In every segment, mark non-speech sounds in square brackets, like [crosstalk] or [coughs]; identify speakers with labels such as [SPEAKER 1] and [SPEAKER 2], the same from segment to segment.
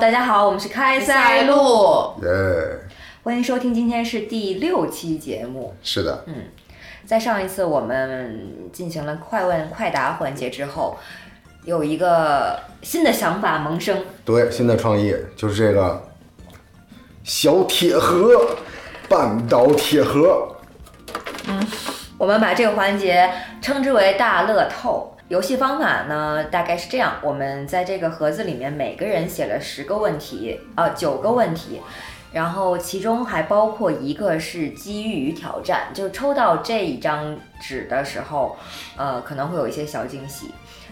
[SPEAKER 1] 大家好，我们是开塞
[SPEAKER 2] 塞
[SPEAKER 1] 露，
[SPEAKER 2] 露，
[SPEAKER 3] 耶、哎
[SPEAKER 1] 欢迎收听，今天是第六期节目。
[SPEAKER 3] 是的，
[SPEAKER 1] 在上一次我们进行了快问快答环节之后，有一个新的想法萌生，
[SPEAKER 3] 对，新的创意就是这个小铁盒，半岛铁盒，
[SPEAKER 1] 我们把这个环节称之为大乐透。游戏方法呢，大概是这样：我们在这个盒子里面，每个人写了十个问题，呃，九个问题，然后其中还包括一个是机遇与挑战，就是抽到这一张纸的时候，呃，可能会有一些小惊喜。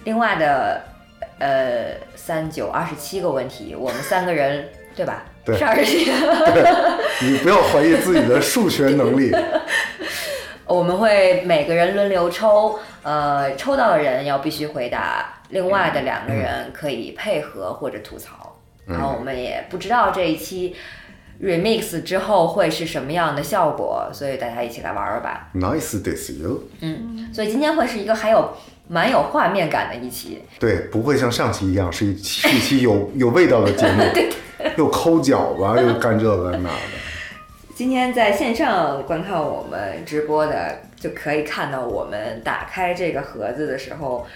[SPEAKER 1] 另外的，呃，三九二十七个问题，我们三个人对吧？
[SPEAKER 3] 对
[SPEAKER 1] 是二十七。
[SPEAKER 3] 你不要怀疑自己的数学能 [laughs] 力。
[SPEAKER 1] 我们会每个人轮流抽，呃，抽到的人要必须回答，另外的两个人可以配合或者吐槽。然后我们也不知道这一期 remix 之后会是什么样的效果，所以大家一起来玩玩吧。
[SPEAKER 3] nice this you，
[SPEAKER 1] 所以今天会是一个还有蛮有画面感的一期，
[SPEAKER 3] 对，不会像上期一样是一期是一期有 [laughs] 有味道的节目，又抠脚吧，又干这个那的。
[SPEAKER 1] 今天在线上观看我们直播的，就可以看到我们打开这个盒子的时候，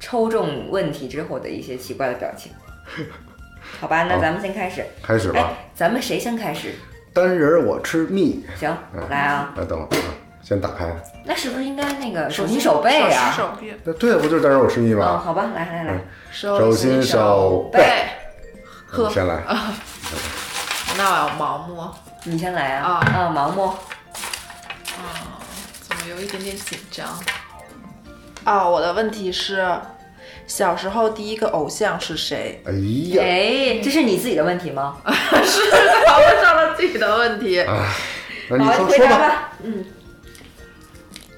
[SPEAKER 1] 抽中问题之后的一些奇怪的表
[SPEAKER 3] [laughs]
[SPEAKER 1] 情。好吧，那
[SPEAKER 3] 好
[SPEAKER 1] 咱们先开始。
[SPEAKER 3] 开始吧，
[SPEAKER 1] 哎，咱们谁先开始？
[SPEAKER 3] 单人儿我吃蜜。
[SPEAKER 1] 行，
[SPEAKER 3] 嗯
[SPEAKER 1] 来啊。
[SPEAKER 3] 哎，等会儿啊，先打开。
[SPEAKER 1] 那是不是应该那个手心手背啊？
[SPEAKER 2] 手臂，
[SPEAKER 3] 那对，不就是单人儿我吃蜜
[SPEAKER 1] 嗯，
[SPEAKER 3] 吗？
[SPEAKER 1] 好吧，来来来，
[SPEAKER 3] 手心手背。
[SPEAKER 2] 呵，
[SPEAKER 3] 先来，
[SPEAKER 2] 那我要盲摸，
[SPEAKER 1] 你先来啊。
[SPEAKER 2] 啊
[SPEAKER 1] 啊，盲目，
[SPEAKER 2] 啊，怎么有一点点紧张？啊，我的问题是，小时候第一个偶像是谁？
[SPEAKER 3] 哎呀，
[SPEAKER 1] 哎，这是你自己的问题吗？
[SPEAKER 3] 啊
[SPEAKER 2] 是 [laughs] 我找到自己的问题。
[SPEAKER 3] 哎那你
[SPEAKER 1] 好，
[SPEAKER 3] 说
[SPEAKER 1] 回
[SPEAKER 3] 说
[SPEAKER 1] 答
[SPEAKER 3] 吧。
[SPEAKER 1] 吧。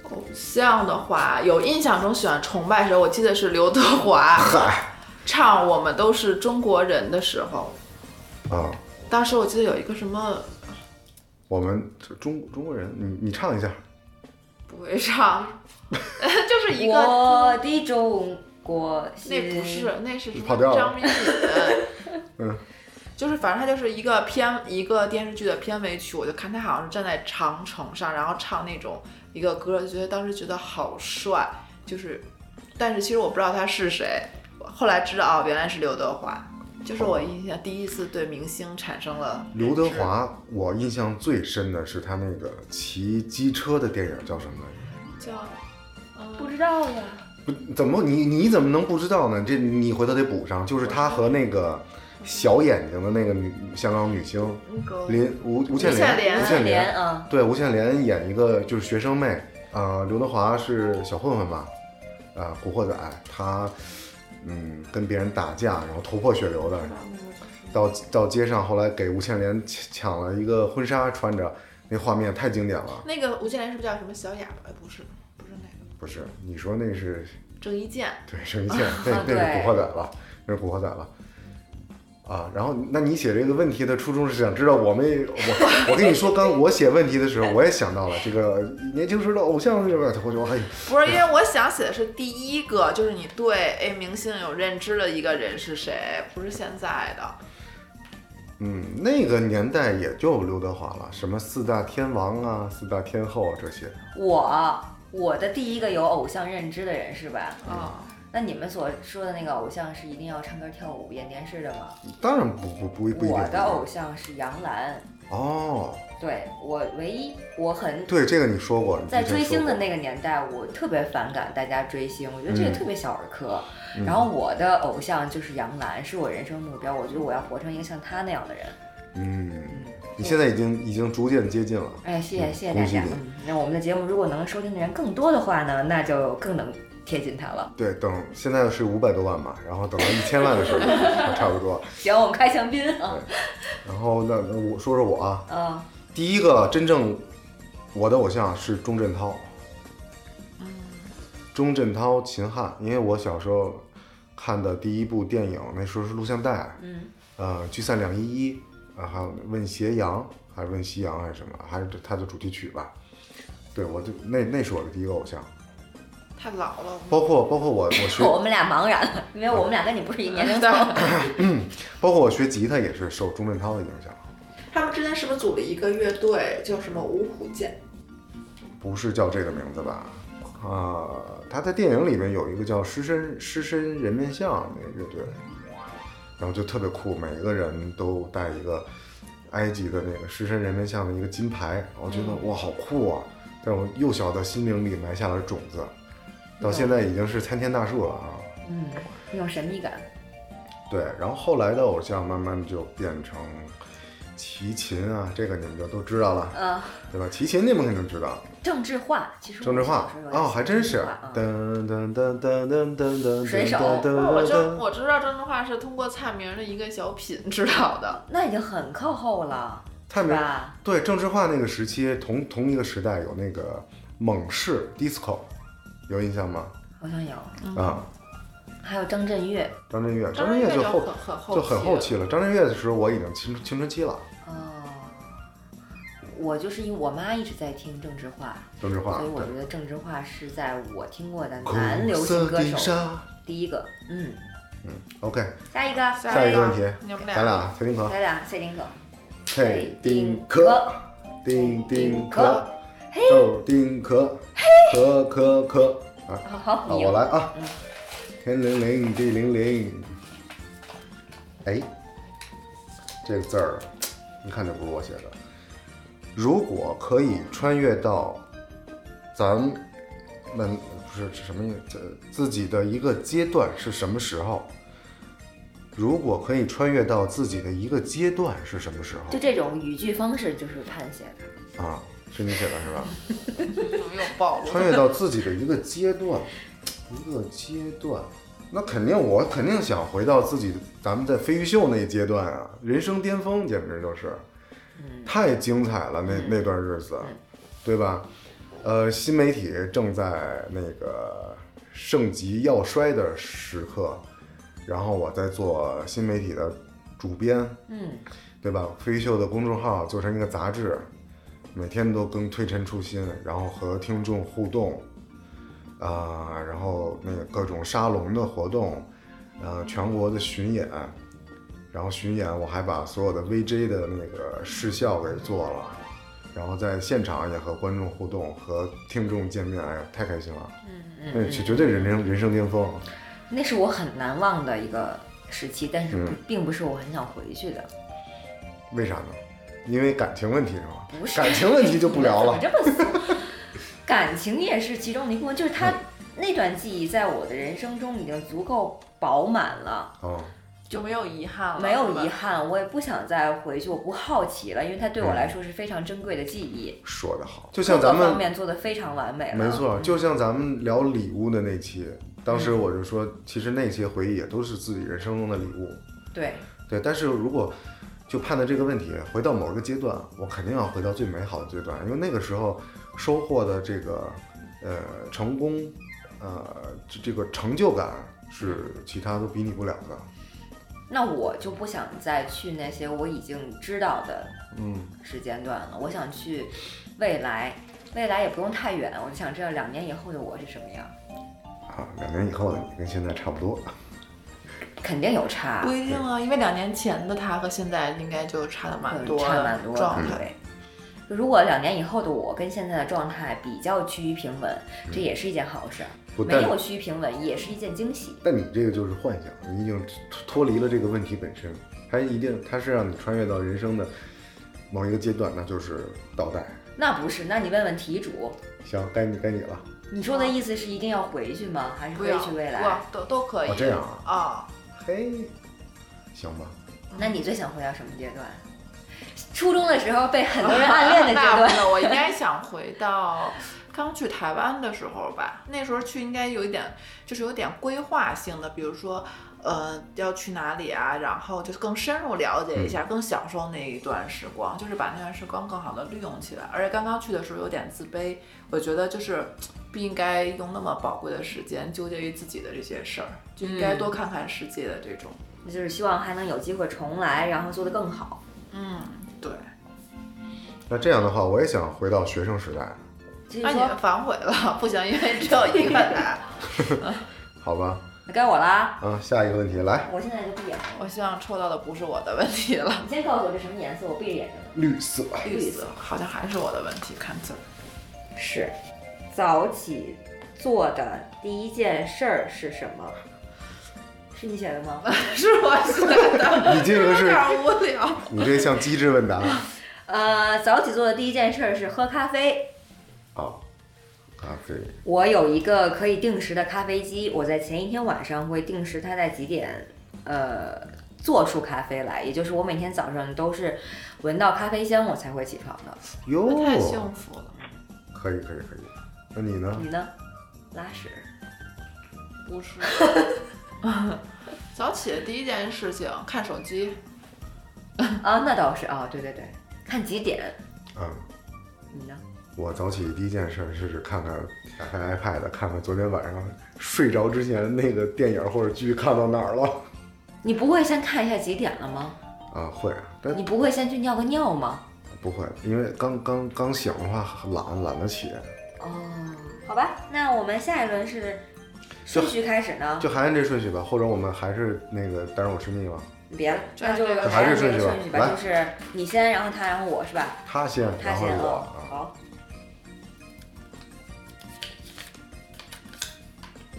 [SPEAKER 2] 偶像的话，有印象中喜欢崇拜谁？我记得是刘德华
[SPEAKER 3] 嗨，
[SPEAKER 2] 唱《我们都是中国人》的时候，
[SPEAKER 3] 啊，
[SPEAKER 2] 当时我记得有一个什么
[SPEAKER 3] 我们这中中国人，你你唱一下。
[SPEAKER 2] 不会唱， [laughs] 就是一个
[SPEAKER 1] 我的中国
[SPEAKER 2] 那
[SPEAKER 1] 心。
[SPEAKER 2] 不是，那是什么
[SPEAKER 3] 跑调了
[SPEAKER 2] 张敏。
[SPEAKER 3] [laughs] 嗯，
[SPEAKER 2] 就是反正它就是一个片一个电视剧的片尾曲，我就看他好像是站在长城上，然后唱那种一个歌，就觉得当时觉得好帅，就是，但是其实我不知道他是谁，后来知道哦，原来是刘德华。就是我印象第一次对明星产生了
[SPEAKER 3] 刘德
[SPEAKER 2] 认知，
[SPEAKER 3] 华，我印象最深的是他那个骑机车的电影叫什么来
[SPEAKER 2] 叫，嗯
[SPEAKER 1] 不知道呀。
[SPEAKER 3] 着？不，怎么你你怎么能不知道呢？这你回头得补上，就是他和那个小眼睛的那个女香港女星
[SPEAKER 2] 那个
[SPEAKER 3] 林吴吴倩
[SPEAKER 2] 倩
[SPEAKER 3] 莲，
[SPEAKER 2] 莲
[SPEAKER 3] 吴
[SPEAKER 2] 吴
[SPEAKER 3] 倩莲，
[SPEAKER 1] 啊，
[SPEAKER 3] 对，吴倩莲演一个就是学生妹，呃，刘德华是小混混吧，啊、古惑仔，他嗯跟别人打架，然后头破血流的，到到街上，后来给吴倩莲抢抢了一个婚纱穿着，那画面太经典了。
[SPEAKER 2] 那个吴倩莲是不是叫什么小哑巴？哎不是，不是那个
[SPEAKER 3] 不是，你说那是
[SPEAKER 2] 郑伊健。
[SPEAKER 3] 对生倩，那那
[SPEAKER 1] 对
[SPEAKER 3] 是古惑仔了，那是古惑仔了。啊，然后那你写这个问题的初衷是想知道我们我我跟你说，刚我写问题的时候，我也想到了这个年轻时的偶像是什么，我就哎呀，
[SPEAKER 2] 不是，因为我想写的是第一个，就是你对哎明星有认知的一个人是谁，不是现在的。
[SPEAKER 3] 嗯，那个年代也就刘德华了，什么四大天王啊、四大天后这些，
[SPEAKER 1] 我我的第一个有偶像认知的人是吧？
[SPEAKER 2] 啊、
[SPEAKER 1] 那你们所说的那个偶像是一定要唱歌跳舞演电视的吗？
[SPEAKER 3] 当然不不不不一定。
[SPEAKER 1] 我的偶像是杨澜，
[SPEAKER 3] 哦，
[SPEAKER 1] 对我唯一我很
[SPEAKER 3] 对这个你说过，你
[SPEAKER 1] 在
[SPEAKER 3] 之前
[SPEAKER 1] 追星
[SPEAKER 3] 说
[SPEAKER 1] 的
[SPEAKER 3] 过
[SPEAKER 1] 那个年代，我特别反感大家追星，我觉得这个
[SPEAKER 3] 嗯
[SPEAKER 1] 特别小儿科。
[SPEAKER 3] 嗯
[SPEAKER 1] 然后我的偶像就是杨澜，是我人生目标，我觉得我要活成一个像她那样的人。
[SPEAKER 3] 嗯，你现在已经已经逐渐接近了。
[SPEAKER 1] 哎，谢谢谢谢大
[SPEAKER 3] 恭喜
[SPEAKER 1] 家
[SPEAKER 3] 你。
[SPEAKER 1] 嗯那我们的节目如果能收听的人更多的话呢，那就更能贴近她了。
[SPEAKER 3] 对，等现在是五百多万吧，然后等到一千万的时候 [laughs] 差不多。
[SPEAKER 1] 行，我们开香槟啊
[SPEAKER 3] 然后那那我说说我啊，
[SPEAKER 1] 啊！
[SPEAKER 3] 第一个真正我的偶像是钟镇涛，钟镇涛、秦汉，因为我小时候看的第一部电影，那时候是录像带，
[SPEAKER 1] 嗯，
[SPEAKER 3] 呃，聚散两依依，啊，还有问斜阳，还是问夕阳，还是什么，还是它的主题曲吧。对，我就那那是我的第一个偶像。
[SPEAKER 2] 太老了。
[SPEAKER 3] 包括包括我我
[SPEAKER 1] [laughs]
[SPEAKER 3] 学
[SPEAKER 1] 我们俩茫然了，因为我们俩跟你不是一年
[SPEAKER 3] 哎
[SPEAKER 1] 龄层。
[SPEAKER 3] 包括我学吉他也是受钟镇涛的影响，
[SPEAKER 2] [laughs] 他们之前是不是组了一个乐队，叫什么五虎剑？
[SPEAKER 3] 不是叫这个名字吧？啊，他在电影里面有一个叫《狮身狮身人面像》那个乐队，然后就特别酷，每个人都带一个埃及的那个狮身人面像的一个金牌，我觉得哇好酷啊！在我幼小的心灵里埋下了种子，到现在已经是参天大树了啊。
[SPEAKER 1] 嗯，那种神秘感。
[SPEAKER 3] 对，然后后来的偶像慢慢就变成齐秦啊，这个你们就都知道了，
[SPEAKER 1] 呃，
[SPEAKER 3] 对吧？齐秦你们肯定知道，
[SPEAKER 1] 郑智化，其实我
[SPEAKER 3] 郑智化
[SPEAKER 1] 小时候有
[SPEAKER 3] 哦，还真是
[SPEAKER 1] 郑智化。嗯
[SPEAKER 3] 噔噔噔噔噔噔噔
[SPEAKER 1] 水手
[SPEAKER 3] 噔
[SPEAKER 2] 哦我
[SPEAKER 3] 噔
[SPEAKER 2] 知
[SPEAKER 3] 噔。
[SPEAKER 2] 我知道郑智化是通过蔡明的一个小品知道
[SPEAKER 3] 啊
[SPEAKER 2] 的。
[SPEAKER 1] 那已经很靠后了，
[SPEAKER 3] 蔡
[SPEAKER 1] 是
[SPEAKER 3] 明
[SPEAKER 1] 吧？
[SPEAKER 3] 对郑智化那个时期，同同一个时代有那个猛士 disco，有印象吗？
[SPEAKER 1] 好像有，
[SPEAKER 3] 啊，
[SPEAKER 1] 还有张震岳，
[SPEAKER 3] 张震岳，张
[SPEAKER 2] 嗯张
[SPEAKER 3] 震
[SPEAKER 2] 震
[SPEAKER 3] 岳
[SPEAKER 2] 岳
[SPEAKER 3] 就
[SPEAKER 2] 就
[SPEAKER 3] 后
[SPEAKER 2] 很很后
[SPEAKER 3] 就很后
[SPEAKER 2] 了
[SPEAKER 3] 期了。张震岳的时候，我已经青青春期了。
[SPEAKER 1] 哦，我就是因为我妈一直在听郑智化，
[SPEAKER 3] 郑智化
[SPEAKER 1] 所以我
[SPEAKER 3] 对
[SPEAKER 1] 觉得郑智化是在我听过的
[SPEAKER 3] 苦
[SPEAKER 1] 男流行
[SPEAKER 3] 涩
[SPEAKER 1] 歌
[SPEAKER 3] 的
[SPEAKER 1] 手
[SPEAKER 3] 沙。
[SPEAKER 1] 第一个。嗯，
[SPEAKER 3] 嗯，OK，
[SPEAKER 1] 下一个，
[SPEAKER 3] 下一个问题，
[SPEAKER 2] 你们俩
[SPEAKER 3] 咱俩蔡丁壳，
[SPEAKER 1] 咱俩谢丁克，
[SPEAKER 3] 嘿丁壳，
[SPEAKER 1] 壳，
[SPEAKER 3] 丁丁壳
[SPEAKER 1] 壳，
[SPEAKER 3] 豆丁壳，壳壳壳。
[SPEAKER 1] 好好，
[SPEAKER 3] 好，
[SPEAKER 1] 你
[SPEAKER 3] 我来啊
[SPEAKER 1] 嗯，
[SPEAKER 3] 天灵灵地灵灵。哎，这个字儿，一看就不是我写的。如果可以穿越到咱们不是是什么意思？自己的一个阶段是什么时候？如果可以穿越到自己的一个阶段是什么时
[SPEAKER 1] 就
[SPEAKER 3] 候？
[SPEAKER 1] 这种语句方式就是判写的。
[SPEAKER 3] 啊，是你写的是吧？
[SPEAKER 2] 有没有暴露？
[SPEAKER 3] [laughs] 穿越到自己的一个阶段，一个阶段，那肯定我肯定想回到自己咱们在飞鱼秀那一阶段啊，人生巅峰简直就是，太精彩了那那段日子，对吧？呃，新媒体正在那个盛极要衰的时刻，然后我在做新媒体的主编，
[SPEAKER 1] 嗯，
[SPEAKER 3] 对吧？飞鱼秀的公众号做成一个杂志，每天都更推陈出新，然后和听众互动，啊、然后那个各种沙龙的活动，呃，全国的巡演，然后巡演我还把所有的 VJ 的那个视效给做了，然后在现场也和观众互动，和听众见面，哎呀，太开心了，嗯嗯，绝对人生人生巅峰，
[SPEAKER 1] 那是我很难忘的一个时期，但是不
[SPEAKER 3] 嗯
[SPEAKER 1] 并不是我很想回去的。
[SPEAKER 3] 为啥呢？因为感情问题是吗？
[SPEAKER 1] 不是
[SPEAKER 3] 感情问题就不聊
[SPEAKER 1] [laughs]
[SPEAKER 3] 了
[SPEAKER 1] 怎么这么俗？感情也是其中的一部分，就是他
[SPEAKER 3] 嗯
[SPEAKER 1] 那段记忆在我的人生中已经足够饱满了，
[SPEAKER 3] 啊。
[SPEAKER 2] 就没有遗憾了，
[SPEAKER 1] 没有遗
[SPEAKER 2] 是吧。
[SPEAKER 1] 憾，我也不想再回去，我不好奇了，因为它对我来说是非常珍贵的记忆。
[SPEAKER 3] 说得好，嗯就像咱
[SPEAKER 1] 各个方
[SPEAKER 3] 们
[SPEAKER 1] 面做的非常完美了，
[SPEAKER 3] 没错，就像咱们聊礼物的那期，当
[SPEAKER 1] 嗯
[SPEAKER 3] 时我就说，其实那些回忆也都是自己人生中的礼物。
[SPEAKER 1] 对，
[SPEAKER 3] 对，但是如果就判断这个问题，回到某一个阶段，我肯定要回到最美好的阶段，因为那个时候收获的这个呃成功，呃这这个成就感是其他都比拟不了的。
[SPEAKER 1] 那我就不想再去那些我已经知道的
[SPEAKER 3] 嗯，
[SPEAKER 1] 时间段了，我想去未来，未来也不用太远，我就想知道两年以后的我是什么样，
[SPEAKER 3] 啊，两年以后的你跟现在差不多。
[SPEAKER 1] 肯定有差
[SPEAKER 2] 不，一定啊，因为两年前的他和现在应该就差的蛮多
[SPEAKER 1] 有
[SPEAKER 2] 的，
[SPEAKER 1] 嗯差蛮多
[SPEAKER 2] 状
[SPEAKER 1] 的，
[SPEAKER 2] 态。
[SPEAKER 1] 对。如果两年以后的我跟现在的状态比较趋于平稳，这也是一件好事儿。
[SPEAKER 3] 嗯不
[SPEAKER 1] 没
[SPEAKER 3] 但
[SPEAKER 1] 有趋于平稳也是一件惊喜。
[SPEAKER 3] 但你这个就是幻想，你已经脱脱离了这个问题本身，它一定它是让你穿越到人生的某一个阶段，那就是倒带。
[SPEAKER 1] 那不是？那你问问题主，
[SPEAKER 3] 行，该你该你了。
[SPEAKER 1] 你说的意思是一定要回去吗？还是
[SPEAKER 2] 啊不
[SPEAKER 1] 可
[SPEAKER 2] 要
[SPEAKER 1] 以去未
[SPEAKER 2] 不要
[SPEAKER 1] 来？
[SPEAKER 2] 都都可以。
[SPEAKER 3] 哦这样啊
[SPEAKER 2] 啊，
[SPEAKER 3] 嘿，行吧，
[SPEAKER 1] 那你最想回到什么阶段？初中的时候被很多人暗
[SPEAKER 2] [laughs]
[SPEAKER 1] 恋的阶
[SPEAKER 2] 那
[SPEAKER 1] 段。
[SPEAKER 2] 不能我应该想回到刚去台湾的时候吧，那时候去应该有一点，就是有点规划性的，比如说。呃，要去哪里啊？然后就是更深入了解一下，更享受那一段时光，就是把那段时光更好的利用起来。而且刚刚去的时候有点自卑，我觉得就是不应该用那么宝贵的时间纠结于自己的这些事儿，就应该
[SPEAKER 1] 嗯
[SPEAKER 2] 多看看世界的这种。
[SPEAKER 1] 就是希望还能有机会重来，然后做得更好。
[SPEAKER 2] 嗯，对。
[SPEAKER 3] 那这样的话，我也想回到学生时代，
[SPEAKER 1] 就是
[SPEAKER 2] 啊那你
[SPEAKER 1] 说
[SPEAKER 2] 们反悔了，不行，因为只有一个答。
[SPEAKER 3] 好吧，
[SPEAKER 1] 该我啦，
[SPEAKER 3] 啊，下一个问题来，
[SPEAKER 1] 我现在就闭眼了。
[SPEAKER 2] 我希望抽到的不是我的问题了，
[SPEAKER 1] 你先告诉我这什么颜色，我闭着眼睛了。
[SPEAKER 3] 绿色，
[SPEAKER 2] 绿色好像还是我的问题，看字儿。
[SPEAKER 1] 是，早起做的第一件事儿是什么？是你写的吗？
[SPEAKER 2] 是我写的， [laughs]
[SPEAKER 3] 你这个
[SPEAKER 2] 有
[SPEAKER 3] 是
[SPEAKER 2] 点无聊。
[SPEAKER 3] 你这像机智问答
[SPEAKER 1] 呃，早起做的第一件事儿是喝咖啡。
[SPEAKER 3] 啊，咖啡，
[SPEAKER 1] 我有一个可以定时的咖啡机，我在前一天晚上会定时它在几点，呃，做出咖啡来，也就是我每天早上都是闻到咖啡香我才会起床的。
[SPEAKER 3] 哟，
[SPEAKER 2] 太幸福了，
[SPEAKER 3] 可以可以可以，那你呢？
[SPEAKER 1] 你呢？拉屎。
[SPEAKER 2] 不是。早起的第一件事情，看手机，
[SPEAKER 1] 啊，那倒是啊、对对对，看几点。
[SPEAKER 3] 嗯，
[SPEAKER 1] 你呢？
[SPEAKER 3] 我早起第一件事是看看打开 iPad，看看昨天晚上睡着之前那个电影或者剧看到哪儿了
[SPEAKER 1] 你不会先看一下几点了吗？
[SPEAKER 3] 啊，会，但
[SPEAKER 1] 你不会先去尿个尿吗？
[SPEAKER 3] 不会，因为刚刚刚醒的话懒懒得起，
[SPEAKER 1] 哦，好吧，那我们下一轮是顺序开始呢？
[SPEAKER 3] 就还是这顺序吧，或者我们还是那个，但是我吃蜜吧，
[SPEAKER 1] 你别了，
[SPEAKER 2] 就
[SPEAKER 1] 那就
[SPEAKER 2] 按这个
[SPEAKER 1] 还是
[SPEAKER 3] 顺
[SPEAKER 1] 这
[SPEAKER 3] 序
[SPEAKER 1] 个
[SPEAKER 3] 吧
[SPEAKER 1] 顺序吧，
[SPEAKER 3] 来
[SPEAKER 1] 就是你先，然后他，然后我是吧？
[SPEAKER 3] 他先，
[SPEAKER 1] 他
[SPEAKER 3] 然后
[SPEAKER 1] 先
[SPEAKER 3] 是我
[SPEAKER 1] 啊，
[SPEAKER 3] 啊，
[SPEAKER 1] 好，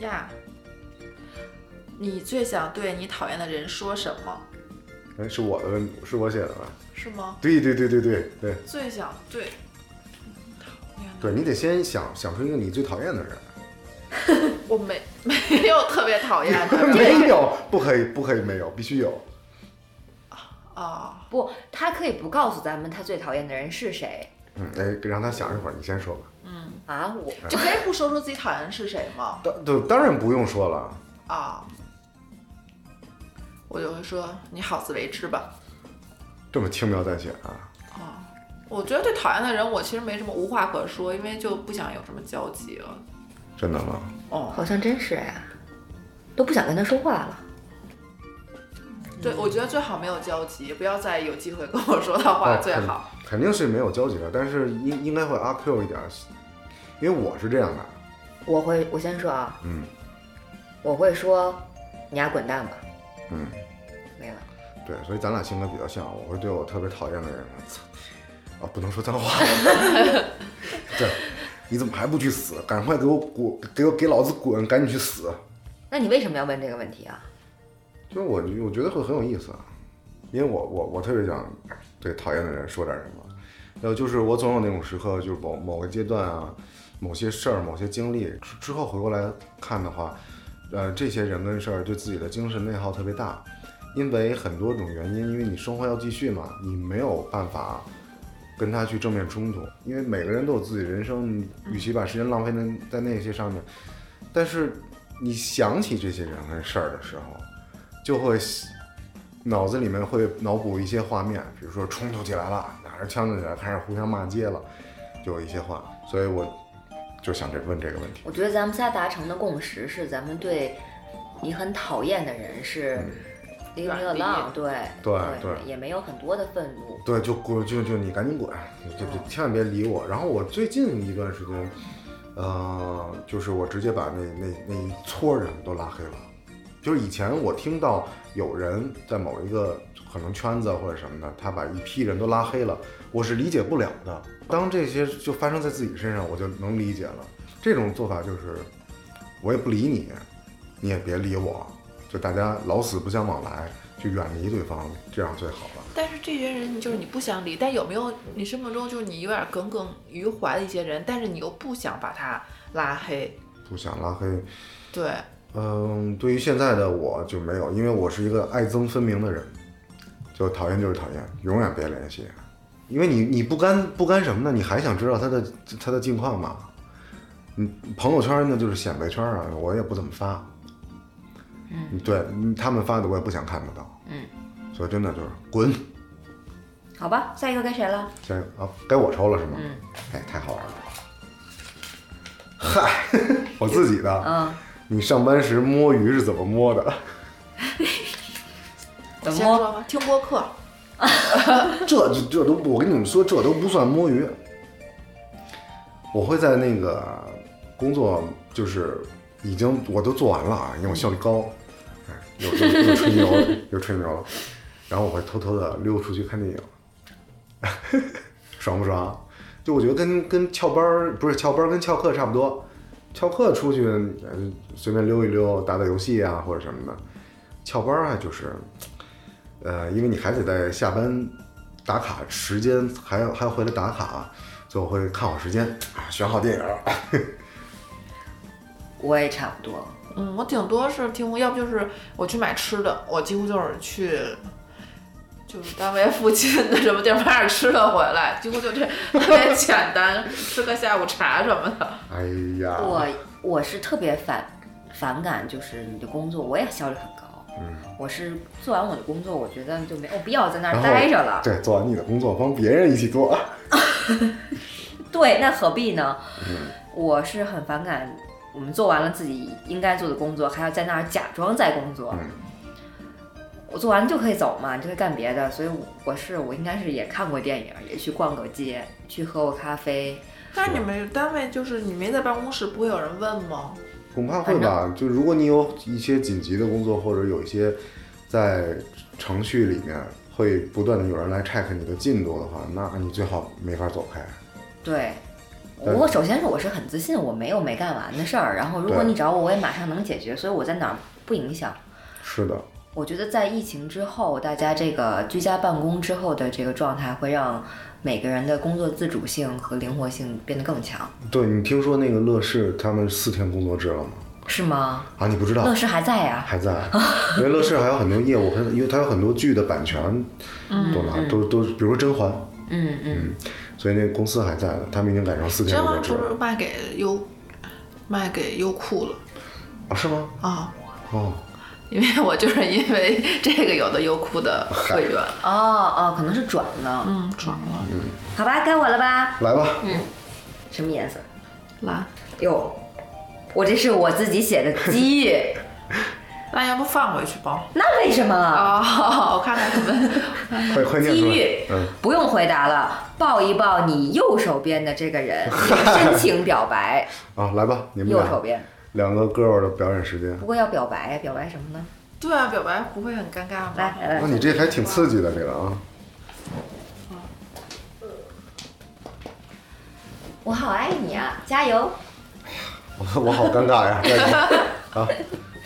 [SPEAKER 2] 呀，你最想对你讨厌的人说什么？
[SPEAKER 3] 哎，是我的问，是我写的吧？
[SPEAKER 2] 是吗？
[SPEAKER 3] 对对对对对对
[SPEAKER 2] 最想对讨厌的
[SPEAKER 3] 对，你得先想想出一个你最讨
[SPEAKER 1] [laughs]
[SPEAKER 3] 厌的人，
[SPEAKER 2] 我没没有特别讨厌的 [laughs] 人
[SPEAKER 3] 没有，不可以不可以没有，必须有，
[SPEAKER 2] 啊、
[SPEAKER 1] 不，他可以不告诉咱们他最讨厌的人是谁
[SPEAKER 3] 嗯，哎，让他想一会儿，你先说吧。
[SPEAKER 1] 啊？我
[SPEAKER 2] 就可以不说出自己讨厌的是谁吗？
[SPEAKER 3] 当对，当然不用说了，
[SPEAKER 2] 啊、我就会说你好自为之吧。
[SPEAKER 3] 这么轻描淡写啊，
[SPEAKER 2] 啊，我觉得对讨厌的人，我其实没什么无话可说，因为就不想有什么交集了。
[SPEAKER 3] 真的吗？
[SPEAKER 2] 哦，
[SPEAKER 1] 好像真是哎，都不想跟他说话了。
[SPEAKER 2] 对，我觉得最好没有交集，不要再有机会跟我说到话
[SPEAKER 3] 哦
[SPEAKER 2] 最好。
[SPEAKER 3] 肯定是没有交集的，但是应应该会阿 Q 一点，因为我是这样的，
[SPEAKER 1] 我会，我先说啊，
[SPEAKER 3] 嗯，
[SPEAKER 1] 我会说，你俩滚蛋吧，
[SPEAKER 3] 嗯，
[SPEAKER 1] 没了。
[SPEAKER 3] 对，所以咱俩性格比较像，我会对我特别讨厌的人， [laughs] 操，啊，不能说脏话， [laughs] 对，你怎么还不去死？赶快给我滚，给我给老子滚，赶紧去死！
[SPEAKER 1] 那你为什么要问这个问题啊？
[SPEAKER 3] 就是我我觉得会很有意思，啊，因为我我我特别想对讨厌的人说点什么，然后就是我总有那种时刻，就是某某个阶段啊，某些事儿、某些经历之之后回过来看的话，呃，这些人跟事儿对自己的精神内耗特别大，因为很多种原因，因为你生活要继续嘛，你没有办法。跟他去正面冲突，因为每个人都有自己的人生，你与其把时间浪费在在那些上面，但是你想起这些人跟事儿的时候，就会脑子里面会脑补一些画面，比如说冲突起来了，拿着枪子起来，开始互相骂街了，就有一些话，所以我就想这问这个问题。
[SPEAKER 1] 我觉得咱们仨达成的共识是，咱们对你很讨厌的人是 leave me
[SPEAKER 2] 远离
[SPEAKER 1] alone，对
[SPEAKER 3] 对嗯对
[SPEAKER 1] 也没有很多的愤怒。
[SPEAKER 3] 对，就滚，就就你赶紧滚，就就千万别理我。然后我最近一段时间，呃，就是我直接把那那那一撮人都拉黑了。就是以前我听到有人在某一个可能圈子或者什么的，他把一批人都拉黑了，我是理解不了的。当这些就发生在自己身上，我就能理解了。这种做法就是，我也不理你，你也别理我，就大家老死不相往来，就远离对方，这样最好了。
[SPEAKER 2] 但是这些人就是你不想理，但有没有你生命中就是你有点耿耿于怀的一些人，但是你又不想把他拉黑？
[SPEAKER 3] 不想拉黑，
[SPEAKER 2] 对，
[SPEAKER 3] 嗯，对于现在的我就没有，因为我是一个爱憎分明的人，就讨厌就是讨厌，永远别联系，因为你你不干不干什么呢？你还想知道他的他的近况吗？嗯，朋友圈那就是显摆圈啊，我也不怎么发。嗯，对嗯他们发的我也不想看得到。
[SPEAKER 1] 嗯，
[SPEAKER 3] 所以真的就是滚，
[SPEAKER 1] 好吧，下一个该谁了？
[SPEAKER 3] 这啊该我抽了是吗？
[SPEAKER 1] 嗯，
[SPEAKER 3] 哎，太好玩了。嗨， [laughs] 我自己的，
[SPEAKER 1] 嗯，
[SPEAKER 3] 你上班时摸鱼是怎么摸的？
[SPEAKER 2] 我
[SPEAKER 1] 怎
[SPEAKER 2] 先
[SPEAKER 1] 么
[SPEAKER 2] 说吧，听播客，
[SPEAKER 3] [laughs] 这这都不，我跟你们说，这都不算摸鱼。我会在那个工作就是已经我都做完了啊，因为我效率高，哎，又又又吹牛了，又吹牛了，然后我会偷偷的溜出去看电影， [laughs] 爽不爽？就我觉得跟跟翘班儿不是翘班儿跟翘课差不多，翘课出去呃随便溜一溜，打打游戏啊或者什么的，翘班儿啊就是，呃，因为你还得在下班打卡时间，还要还要回来打卡，所以我会看好时间啊，选好电影儿，
[SPEAKER 1] 我也差不多。
[SPEAKER 2] 嗯，我顶多是听，要不就是我去买吃的，我几乎就是去，就是单位附近的什么地儿买点吃的回来，几乎就这特别简单，吃个下午茶什么的。
[SPEAKER 3] 哎呀，
[SPEAKER 1] 我我是特别反反感，就是你的工作，我也效率很高。
[SPEAKER 3] 嗯，
[SPEAKER 1] 我是做完我的工作，我觉得就没有必要在那
[SPEAKER 3] 然
[SPEAKER 1] 儿
[SPEAKER 3] 后
[SPEAKER 1] 待着了。
[SPEAKER 3] 对，做完你的工作，帮别人一起做，
[SPEAKER 1] 对，那何必呢？
[SPEAKER 3] 嗯
[SPEAKER 1] 我是很反感，我们做完了自己应该做的工作，还要在那儿假装在工作。
[SPEAKER 3] 嗯
[SPEAKER 1] 我做完就可以走嘛，你就可以干别的。所以我我是我应该是也看过电影，也去逛过街，去喝过咖啡。
[SPEAKER 2] 但是你们单位就是你没在办公室，不会有人问吗？
[SPEAKER 3] 恐怕会吧。就如果你有一些紧急的工作，或者有一些在程序里面会不断的有人来 check 你的进度的话，那你最好没法走开。
[SPEAKER 1] 对，
[SPEAKER 3] 对
[SPEAKER 1] 我首先是我是很自信，我没有没干完的事儿。然后如果
[SPEAKER 3] 对
[SPEAKER 1] 你找我，我也马上能解决，所以我在哪儿不影响。
[SPEAKER 3] 是的，
[SPEAKER 1] 我觉得在疫情之后，大家这个居家办公之后的这个状态，会让每个人的工作自主性和灵活性变得更强，
[SPEAKER 3] 对你听说那个乐视他们四天工作制了吗？
[SPEAKER 1] 是吗？
[SPEAKER 3] 啊，你不知道
[SPEAKER 1] 乐？视还在啊呀、
[SPEAKER 3] 还在，因为乐视还有很多业务，还有因为它有很多剧的版权都拿都都，比如说《甄嬛》，
[SPEAKER 1] 嗯嗯，
[SPEAKER 3] 所以那个公司还在的，他们已经改成四天
[SPEAKER 2] 真
[SPEAKER 3] 工
[SPEAKER 2] 的
[SPEAKER 3] 作制
[SPEAKER 2] 不是
[SPEAKER 3] 了
[SPEAKER 2] 卖给优，卖给优酷了
[SPEAKER 3] 啊？是吗？
[SPEAKER 2] 啊？
[SPEAKER 3] 哦，
[SPEAKER 2] [laughs] 因为我就是因为这个有的优酷的会员，
[SPEAKER 1] 哦哦，可能是转了。
[SPEAKER 2] 嗯，转了，
[SPEAKER 1] 好吧，该我了吧？
[SPEAKER 3] 来吧，
[SPEAKER 1] 什么颜色？
[SPEAKER 2] 来，
[SPEAKER 1] 哟，我这是我自己写的机遇， [laughs]
[SPEAKER 2] 那要不放回去吧？
[SPEAKER 1] 那为什么？啊
[SPEAKER 2] 哦，我看看你们。
[SPEAKER 3] 快快念出
[SPEAKER 1] 机
[SPEAKER 3] 来
[SPEAKER 1] 遇，，
[SPEAKER 3] 嗯，
[SPEAKER 1] 不用回答了，抱一抱你右手边的这个 [laughs] 人，深情表白，
[SPEAKER 3] 啊，来吧，你们
[SPEAKER 1] 右手
[SPEAKER 3] 俩
[SPEAKER 1] 边。
[SPEAKER 3] 两个 girl 的表演时间，
[SPEAKER 1] 不过要表白，表白什么呢？
[SPEAKER 2] 对啊，表白不会很尴尬吗？
[SPEAKER 1] 来，来来，
[SPEAKER 3] 那你这还挺刺激的这个啊，
[SPEAKER 1] 我好爱你啊，加油！
[SPEAKER 3] 我我好尴尬呀，该
[SPEAKER 1] [laughs]
[SPEAKER 3] 你啊，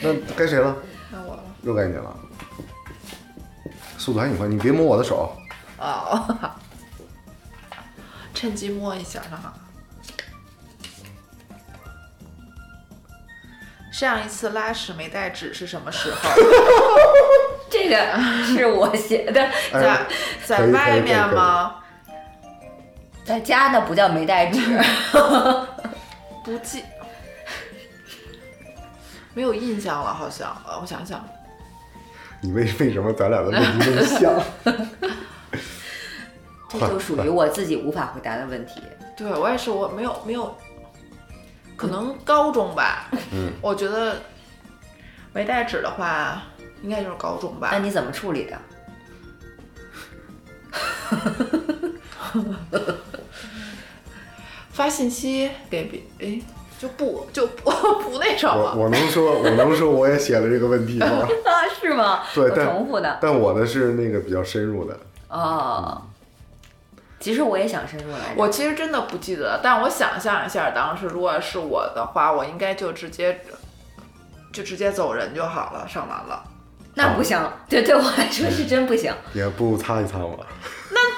[SPEAKER 3] 那该谁了？
[SPEAKER 2] 那我了。
[SPEAKER 3] 又该你了，速度还挺快，你别摸我的手，
[SPEAKER 2] 哦，趁机摸一下哈。上一次拉屎没带纸是什么时
[SPEAKER 1] [laughs]
[SPEAKER 2] 候？
[SPEAKER 1] 这个 [laughs] 是我写的，
[SPEAKER 3] 哎
[SPEAKER 2] 在，在外面吗？
[SPEAKER 1] 在家呢不叫没带 [laughs] 纸，
[SPEAKER 2] 不记，没有印象了，好像。呃我想想，
[SPEAKER 3] 你为为什么咱俩的问题那么像？
[SPEAKER 1] 这就属于我自己无法回答的问题。
[SPEAKER 2] 对我也是，我没有没有，可能高中吧。
[SPEAKER 3] 嗯，
[SPEAKER 2] 我觉得没带纸的话，应该就是高中吧。
[SPEAKER 1] 那你怎么处理的？
[SPEAKER 2] 发信息给别，哎，就不就 [laughs] 不不那什
[SPEAKER 3] 我
[SPEAKER 2] 么，
[SPEAKER 3] 我能说，我能说，我也写了这个问题吗？
[SPEAKER 1] 啊，是吗？
[SPEAKER 3] 对
[SPEAKER 1] 我
[SPEAKER 3] 但
[SPEAKER 1] 重复的
[SPEAKER 3] [laughs] 但我的是那个比较深入的，
[SPEAKER 1] 哦。其实我也想深入来着，
[SPEAKER 2] 我其实真的不记得了，但我想象一下，当时如果是我的话，我应该就直接就直接走人就好了，上完了。
[SPEAKER 1] 那不行，
[SPEAKER 3] 啊
[SPEAKER 1] 对对我来说是真不行。
[SPEAKER 3] 也不擦一擦我。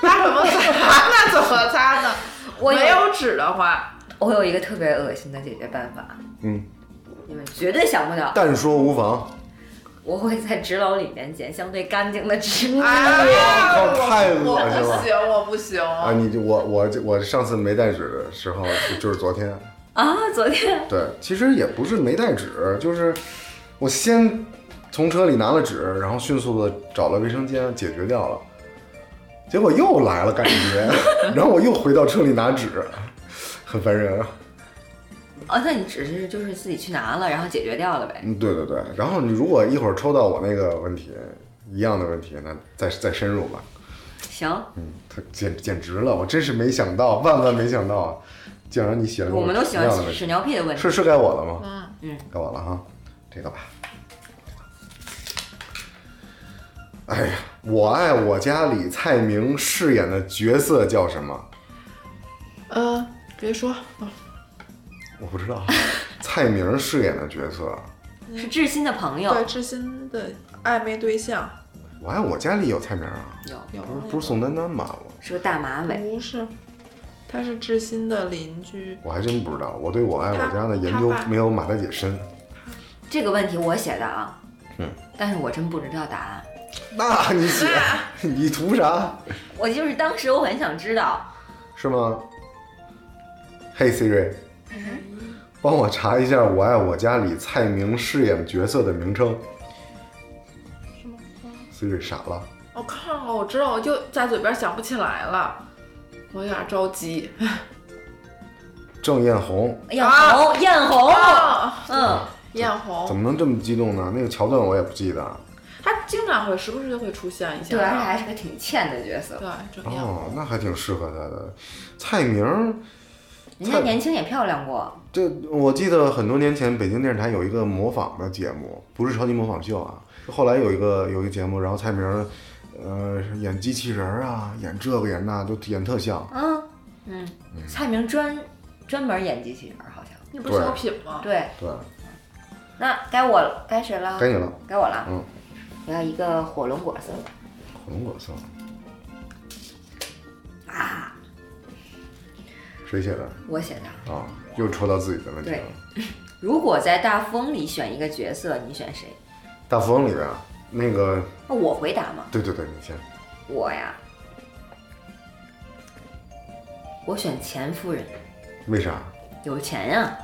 [SPEAKER 2] 那 [laughs] 怎么擦？那怎么擦呢？
[SPEAKER 3] 嗯
[SPEAKER 1] 我
[SPEAKER 2] 没有纸的话，
[SPEAKER 1] 我有一个特别恶心的解决办法，
[SPEAKER 3] 嗯，
[SPEAKER 1] 你们绝对想不到，
[SPEAKER 3] 但说无妨。
[SPEAKER 1] 我会在纸篓里面捡相对干净的纸。
[SPEAKER 3] 啊
[SPEAKER 2] 哎呀，
[SPEAKER 3] 我
[SPEAKER 2] 我
[SPEAKER 3] 靠太
[SPEAKER 2] 我
[SPEAKER 3] 恶心
[SPEAKER 2] 不
[SPEAKER 3] 了
[SPEAKER 2] 行，我不行。
[SPEAKER 3] 啊！你就我我我上次没带纸的时候，就就是昨天。
[SPEAKER 1] 啊，昨天
[SPEAKER 3] 对，其实也不是没带纸，就是我先从车里拿了纸，然后迅速的找了卫生间解决掉了，结果又来了感觉， [laughs] 然后我又回到车里拿纸，很烦人啊。
[SPEAKER 1] 哦，那你只是就是自己去拿了，然后解决掉了呗？
[SPEAKER 3] 嗯，对对对。然后你如果一会儿抽到我那个问题一样的问题，那再再深入吧。
[SPEAKER 1] 行，
[SPEAKER 3] 嗯，他简简直了，我真是没想到，万万没想到啊！竟然你写了跟
[SPEAKER 1] 我们都喜
[SPEAKER 3] 一
[SPEAKER 1] 欢
[SPEAKER 3] 样的问题
[SPEAKER 1] 屎尿屁的问题。
[SPEAKER 3] 是是该我了吗？
[SPEAKER 2] 嗯，
[SPEAKER 3] 该我了哈，这个吧。哎呀，我爱我家里蔡明饰演的角色叫什么？
[SPEAKER 2] 呃，别说，
[SPEAKER 3] 我不知
[SPEAKER 1] [laughs]
[SPEAKER 3] 道。蔡明饰演的角色，
[SPEAKER 1] 是志新的朋友
[SPEAKER 2] 对知心的暧昧对象
[SPEAKER 3] 我爱我家里有蔡明啊，
[SPEAKER 1] 有，
[SPEAKER 2] 有
[SPEAKER 3] 不是
[SPEAKER 2] 那
[SPEAKER 3] 不是宋丹丹吧？我
[SPEAKER 1] 是个大马尾，
[SPEAKER 2] 不是，他是知心的邻居，
[SPEAKER 3] 我还真不知道，我对我爱我家的研究
[SPEAKER 2] 他他爸
[SPEAKER 3] 没有马大
[SPEAKER 2] [laughs]
[SPEAKER 3] 姐深。
[SPEAKER 1] 这个问题我写的啊，
[SPEAKER 3] 嗯，
[SPEAKER 1] 但是我真不知道答案。
[SPEAKER 3] 那 [laughs] 你写，你图啥？
[SPEAKER 1] 我就是当时我很想知道，
[SPEAKER 3] 是吗？嘿、Siri，帮
[SPEAKER 2] 嗯
[SPEAKER 3] 我查一下《我爱我家》里蔡明饰演角色的名称。
[SPEAKER 2] 什么？
[SPEAKER 3] Siri 傻了，
[SPEAKER 2] 我看过，我知道，我就在嘴边想不起来了，我有点着
[SPEAKER 1] [laughs]
[SPEAKER 2] 急。
[SPEAKER 3] 郑艳红
[SPEAKER 1] 艳
[SPEAKER 2] 啊
[SPEAKER 1] 红，艳红，
[SPEAKER 2] 啊，
[SPEAKER 1] 嗯，
[SPEAKER 2] 艳
[SPEAKER 3] 怎
[SPEAKER 2] 红，
[SPEAKER 3] 么能这么激动呢？那个桥段我也不记得。啊
[SPEAKER 2] 她经常会时不时就会出现一下。啊
[SPEAKER 1] 对，而且还是个挺欠的角色，
[SPEAKER 2] 对，这个艳红
[SPEAKER 3] 哦，那还挺适合他的。蔡明，
[SPEAKER 1] 人家年轻也漂亮过，
[SPEAKER 3] 这我记得很多年前北京电视台有一个模仿的节目，不是超级模仿秀啊。后来有一个有一个节目，然后蔡明，呃，演机器人儿啊，演这个演那，都演特像。
[SPEAKER 1] 嗯嗯，蔡明专专门演机器人儿好像，
[SPEAKER 2] 那不是小品吗？
[SPEAKER 1] 对，
[SPEAKER 3] 对，
[SPEAKER 1] 那该我了，该谁了？
[SPEAKER 3] 该你了，
[SPEAKER 1] 该我了，
[SPEAKER 3] 嗯，
[SPEAKER 1] 我要一个火龙果色
[SPEAKER 3] 火龙果色。
[SPEAKER 1] 啊，
[SPEAKER 3] 谁写的
[SPEAKER 1] 我写的。
[SPEAKER 3] 啊？又戳到自己的问题了。
[SPEAKER 1] 如果在大富翁里选一个角色，你选谁？
[SPEAKER 3] 大富翁里边啊，那个，
[SPEAKER 1] 那我回答嘛，
[SPEAKER 3] 对对对，你先。
[SPEAKER 1] 我呀，我选钱夫人，
[SPEAKER 3] 为啥？
[SPEAKER 1] 有钱呀、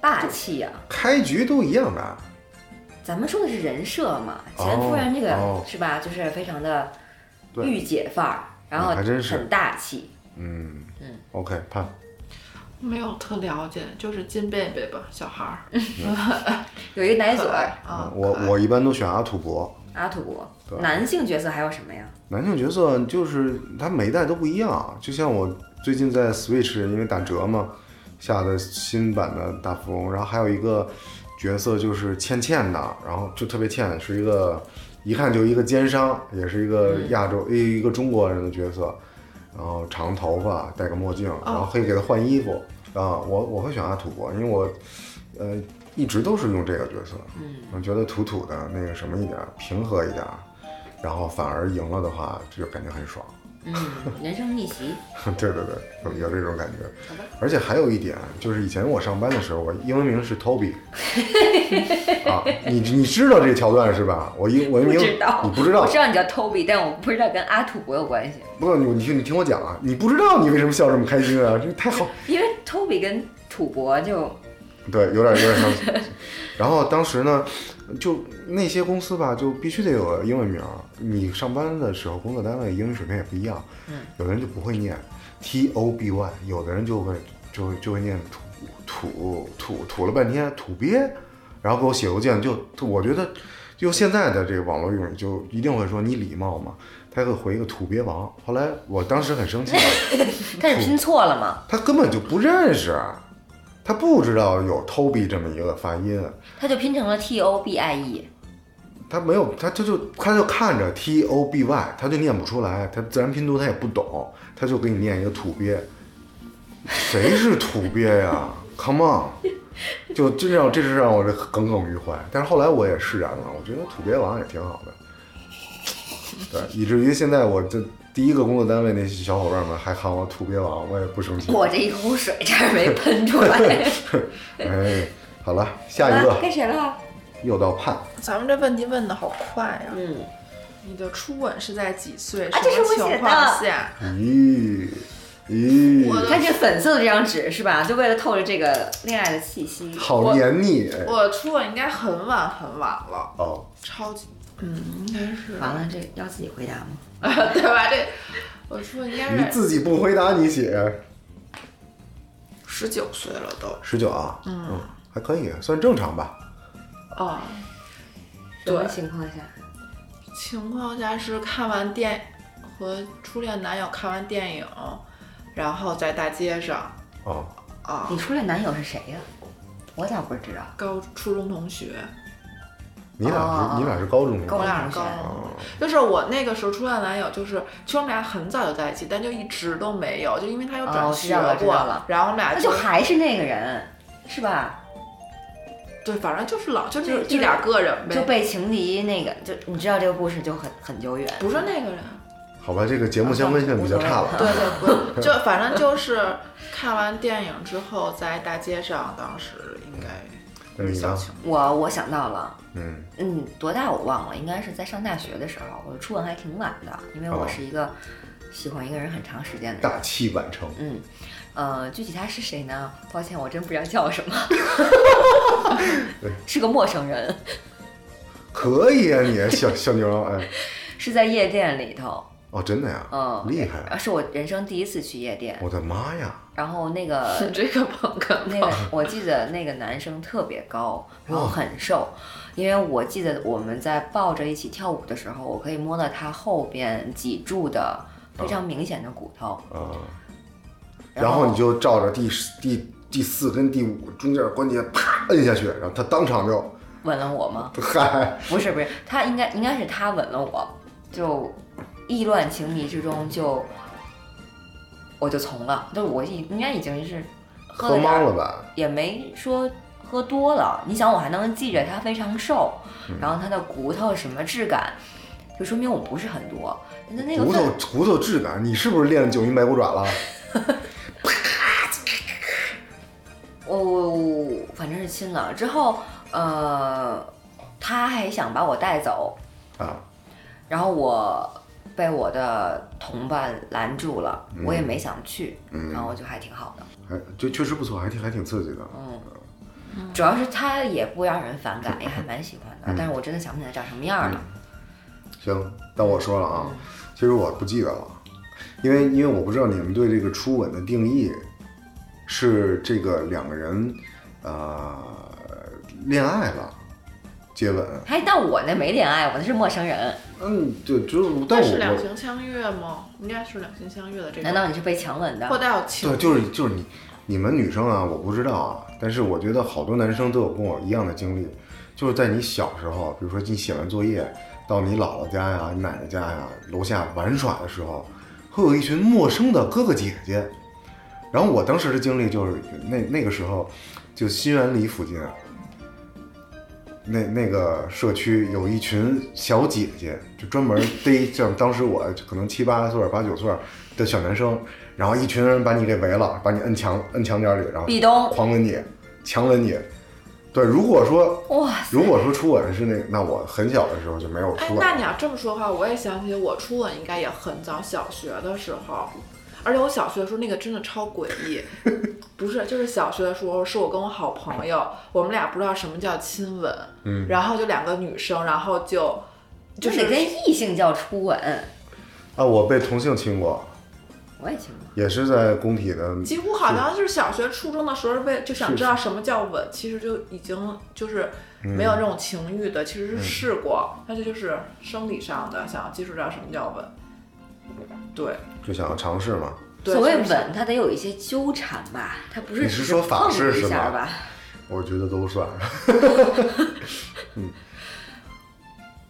[SPEAKER 1] 霸气呀、
[SPEAKER 3] 开局都一样的，
[SPEAKER 1] 咱们说的是人设嘛，
[SPEAKER 3] 哦
[SPEAKER 1] 钱夫人这个、
[SPEAKER 3] 哦
[SPEAKER 1] 是吧，就是非常的
[SPEAKER 3] 对嗯
[SPEAKER 1] 御姐范儿，然后
[SPEAKER 3] 还真是
[SPEAKER 1] 很大气。
[SPEAKER 3] 嗯
[SPEAKER 1] 嗯
[SPEAKER 3] OK，判
[SPEAKER 2] 没有特了解，就是金贝贝吧，小孩儿，
[SPEAKER 1] 有一个奶嘴
[SPEAKER 2] 可
[SPEAKER 1] 儿，
[SPEAKER 2] 爱啊，
[SPEAKER 3] 我
[SPEAKER 2] 可爱
[SPEAKER 3] 我一般都选阿土伯，
[SPEAKER 1] 阿土伯
[SPEAKER 3] 对，
[SPEAKER 1] 男性角色还有什么呀？
[SPEAKER 3] 男性角色就是他每一代都不一样，啊就像我最近在 Switch 因为打折嘛下的新版的大富翁，然后还有一个角色就是欠欠的，然后就特别欠，是一个一看就一个奸商，也是一个亚洲、一个中国人的角色，然后长头发戴个墨镜，然后可以给他换衣服啊、我我会选阿土伯，因为我呃一直都是用这个角色， [laughs]
[SPEAKER 1] 嗯，
[SPEAKER 3] 我觉得土土的那个什么一点儿，平和一点儿，然后反而赢了的话，就感觉很爽。 [laughs]
[SPEAKER 1] 嗯，人生逆袭，
[SPEAKER 3] 对对对，有有这种感觉
[SPEAKER 1] 好吧。
[SPEAKER 3] 而且还有一点，就是以前我上班的时候，我英文名是
[SPEAKER 1] [laughs]
[SPEAKER 3] Toby 啊，你你知道这桥段是吧？我英我英
[SPEAKER 1] 不
[SPEAKER 3] 名
[SPEAKER 1] 知道，
[SPEAKER 3] 你不知道
[SPEAKER 1] 我，知道你叫 Toby，但我不知道跟阿土伯有关系，
[SPEAKER 3] 不是你你听你听我讲啊，你不知道你为什么笑这么开心啊？这太好，
[SPEAKER 1] 因为 Toby 跟土伯就
[SPEAKER 3] 对，有点有点像。然后当时呢，就那些公司吧，就必须得有个英文名儿。你上班的时候，工作单位英语水平也不一样，
[SPEAKER 1] 嗯，
[SPEAKER 3] 有的人就不会念 T O B Y，有的人就会就就会念土土土土了半天土鳖，然后给我写邮件就，就我觉得就现在的这个网络用语，就一定会说你礼貌嘛，他会回一个土鳖王。后来我当时很生气。
[SPEAKER 1] 开始拼错了嘛，
[SPEAKER 3] 他根本就不认识，啊他不知道有 Toby 这么一个发音，啊
[SPEAKER 1] 他就拼成了 T O B I E，
[SPEAKER 3] 他没有，他他就他就看着 T O B Y，他就念不出来，他自然拼读他也不懂，他就给你念一个土鳖，谁是土鳖呀？Come [laughs] on，就真让这是让我这耿耿于怀。但是后来我也释然了，我觉得土鳖王也挺好的，对，以至于现在我这第一个工作单位那些小伙伴们还喊我土鳖王，我也不生气。
[SPEAKER 1] 我这一口水 [laughs] 差点没喷出来。
[SPEAKER 3] [laughs] 哎，好了，下一个。
[SPEAKER 1] 啊该谁了？
[SPEAKER 3] 又到盼，
[SPEAKER 2] 咱们这问题问的好快呀、
[SPEAKER 1] 嗯，
[SPEAKER 2] 你的初吻是在几岁？
[SPEAKER 1] 啊这是
[SPEAKER 2] 什
[SPEAKER 1] 我
[SPEAKER 2] 么
[SPEAKER 1] 写的
[SPEAKER 2] 情况下？
[SPEAKER 3] 咦咦，
[SPEAKER 1] 你看这粉色的这张纸是吧？就为了透着这个恋爱的气息。
[SPEAKER 3] 好黏腻哎
[SPEAKER 2] 我初吻应该很晚很晚了，
[SPEAKER 3] 哦，
[SPEAKER 2] 超级，嗯，应该是， [laughs]
[SPEAKER 1] 完了，这个要自己回答吗？
[SPEAKER 2] 对吧？这我初吻应
[SPEAKER 3] 你
[SPEAKER 2] 该是
[SPEAKER 3] 自己不回答你写
[SPEAKER 2] 十九岁了都，
[SPEAKER 3] 十九啊，嗯，还可以，算正常吧。
[SPEAKER 1] 哦
[SPEAKER 2] 啊、
[SPEAKER 1] 什么
[SPEAKER 2] 对
[SPEAKER 1] 情况下？
[SPEAKER 2] 情况下是看完电和初恋男友看完电影，然后在大街上
[SPEAKER 3] 哦，
[SPEAKER 2] 啊、啊，
[SPEAKER 1] 你初恋男友是谁呀、我咋不知道？
[SPEAKER 2] 高初中同学，
[SPEAKER 3] 你俩
[SPEAKER 1] 哦
[SPEAKER 3] 是你俩是高中
[SPEAKER 1] 高
[SPEAKER 2] 我
[SPEAKER 3] 吗？
[SPEAKER 2] 俩
[SPEAKER 1] 中
[SPEAKER 2] 是
[SPEAKER 1] 同
[SPEAKER 2] 高
[SPEAKER 1] 学
[SPEAKER 2] 中
[SPEAKER 3] 啊，
[SPEAKER 2] 就是我那个时候初恋男友，就是其实我们俩很早就在一起，但就一直都没有，就因为他又
[SPEAKER 1] 哦
[SPEAKER 2] 转
[SPEAKER 1] 我知
[SPEAKER 2] 学
[SPEAKER 1] 道了知
[SPEAKER 2] 过，
[SPEAKER 1] 道了
[SPEAKER 2] 然后我们俩
[SPEAKER 1] 那就还是那个人，是吧？
[SPEAKER 2] 对，反正就是老就
[SPEAKER 1] 就
[SPEAKER 2] 这
[SPEAKER 1] 就
[SPEAKER 2] 一俩个人
[SPEAKER 1] 就
[SPEAKER 2] 呗，
[SPEAKER 1] 被情敌那个，就你知道这个故事就很很久远。
[SPEAKER 2] 不是
[SPEAKER 1] [laughs]
[SPEAKER 2] 那个人，
[SPEAKER 3] 好吧，这个节目相关性比较差
[SPEAKER 2] 对
[SPEAKER 3] 了。
[SPEAKER 2] 对不，就反正就是看完电影之后，在大街上，当时应该就是
[SPEAKER 3] 你
[SPEAKER 2] 小
[SPEAKER 3] 呢？
[SPEAKER 2] 情
[SPEAKER 1] 我我想到了，
[SPEAKER 3] 嗯，
[SPEAKER 1] 嗯，多大我忘了，应该是在上大学的时候，我初吻还挺晚的，因为
[SPEAKER 3] 哦
[SPEAKER 1] 我是一个喜欢一个人很长时间的人。
[SPEAKER 3] 大器晚成。
[SPEAKER 1] 嗯，呃，具体他是谁呢？抱歉，我真不知道叫什么
[SPEAKER 3] [laughs] 对，
[SPEAKER 1] 是个陌生人，
[SPEAKER 3] 可以啊，你小小牛，哎，
[SPEAKER 1] 是在夜店里头，
[SPEAKER 3] 哦，真的呀，
[SPEAKER 1] 嗯，
[SPEAKER 3] 厉害啊！
[SPEAKER 1] 啊，是我人生第一次去夜店，
[SPEAKER 3] 我的妈呀，
[SPEAKER 1] 然后那个 [laughs]
[SPEAKER 2] 况，这个捧哏
[SPEAKER 1] 那个我记得那个男生特别高，然后
[SPEAKER 3] 哇
[SPEAKER 1] 很瘦，因为我记得我们在抱着一起跳舞的时候，我可以摸到他后边脊柱的非常明显的骨头，
[SPEAKER 3] 啊！
[SPEAKER 1] 然
[SPEAKER 3] 嗯然后你就照着第十第第四跟第五中间关节啪摁下去，然后他当场就 [laughs]
[SPEAKER 1] 吻了我吗？
[SPEAKER 3] 嗨，
[SPEAKER 1] 不是不是，他应该应该是他吻了我，就意乱情迷之中就我就从了，就是我已应该已经是喝
[SPEAKER 3] 喝
[SPEAKER 1] 了点
[SPEAKER 3] 懵
[SPEAKER 1] 儿
[SPEAKER 3] 了吧？
[SPEAKER 1] 也没说喝多了。你想，我还能记着他非常瘦，
[SPEAKER 3] 嗯
[SPEAKER 1] 然后他的骨头什么质感，就说明我不是很多。那那个
[SPEAKER 3] 骨
[SPEAKER 1] 份
[SPEAKER 3] 头骨头质感，你是不是练九阴白骨爪了？
[SPEAKER 1] 我我我哦反正是亲了之后，呃，他还想把我带走，
[SPEAKER 3] 啊，
[SPEAKER 1] 然后我被我的同伴拦住了，
[SPEAKER 3] 嗯
[SPEAKER 1] 我也没想去，然后我就还挺好的，
[SPEAKER 3] 还哎就确实不错，还挺还挺刺激的。
[SPEAKER 1] 嗯。主要是他也不让人反感，也还蛮喜欢
[SPEAKER 3] 嗯
[SPEAKER 1] 的，但是我真的想不起来长什么样了。
[SPEAKER 3] 行，那我说了啊，其实我不记得了，因为因为我不知道你们对这个初吻的定义是这个两个人呃恋爱了接吻，
[SPEAKER 1] 还哎但我那没恋爱，我那是陌生人。
[SPEAKER 3] 嗯，对，就是但
[SPEAKER 2] 那是
[SPEAKER 3] 我
[SPEAKER 2] 两
[SPEAKER 3] 我
[SPEAKER 2] 情相悦吗？应该是两情相悦的这
[SPEAKER 1] 难
[SPEAKER 2] 种，
[SPEAKER 1] 道你是被强吻的
[SPEAKER 2] 或？带有情
[SPEAKER 3] 对就是就是你你们女生啊，我不知道啊，但是我觉得好多男生都有跟我一样的经历，就是在你小时候，比如说你写完作业到你姥姥家呀、你奶奶家呀楼下玩耍的时候，会有一群陌生的哥哥姐姐。然后我当时的经历就是那那个时候，就西园里附近，啊那那个社区有一群小姐姐，就专门逮像当时我可能七八岁儿、八九岁儿的小男生，然后一群人把你给围了，把你摁墙摁墙角里，然后
[SPEAKER 1] 壁咚！
[SPEAKER 3] 狂吻你，强吻你。对，如果说
[SPEAKER 1] 哇塞！
[SPEAKER 3] 如果说初吻是那，那我很小的时候就没有
[SPEAKER 2] 哎
[SPEAKER 3] 初，吻。
[SPEAKER 2] 那你要这么说的话，我也想起我初吻应该也很早，小学的时候。而且我小学的时候那个真的超诡
[SPEAKER 3] [laughs]
[SPEAKER 2] 异，不是，就是小学的时候是我跟我好朋友，我们俩不知道什么叫亲吻，
[SPEAKER 3] 嗯，
[SPEAKER 2] 然后就两个女生，然后就
[SPEAKER 1] 就
[SPEAKER 2] 就
[SPEAKER 1] 是
[SPEAKER 2] 是
[SPEAKER 1] 跟异性叫初吻，
[SPEAKER 3] 啊，我被同性亲过，
[SPEAKER 1] 我也亲过。
[SPEAKER 3] 也是在工体的，
[SPEAKER 2] 几乎好像就是小学、初中的时候为就想知道什么叫吻，其实就已经就是
[SPEAKER 3] 嗯
[SPEAKER 2] 没有这种情欲的，其实是试过，但是就是生理上的想要接触到什么叫吻，对，
[SPEAKER 3] 就想要尝试嘛。
[SPEAKER 2] 对
[SPEAKER 1] 所谓
[SPEAKER 2] 就是
[SPEAKER 1] 吻，它得有一些纠缠吧，它不是
[SPEAKER 3] 你
[SPEAKER 1] 只
[SPEAKER 3] 是说法
[SPEAKER 1] 碰
[SPEAKER 3] 式
[SPEAKER 1] 一
[SPEAKER 3] 是
[SPEAKER 1] 下
[SPEAKER 3] 吧
[SPEAKER 1] 吧？
[SPEAKER 3] 我觉得都算。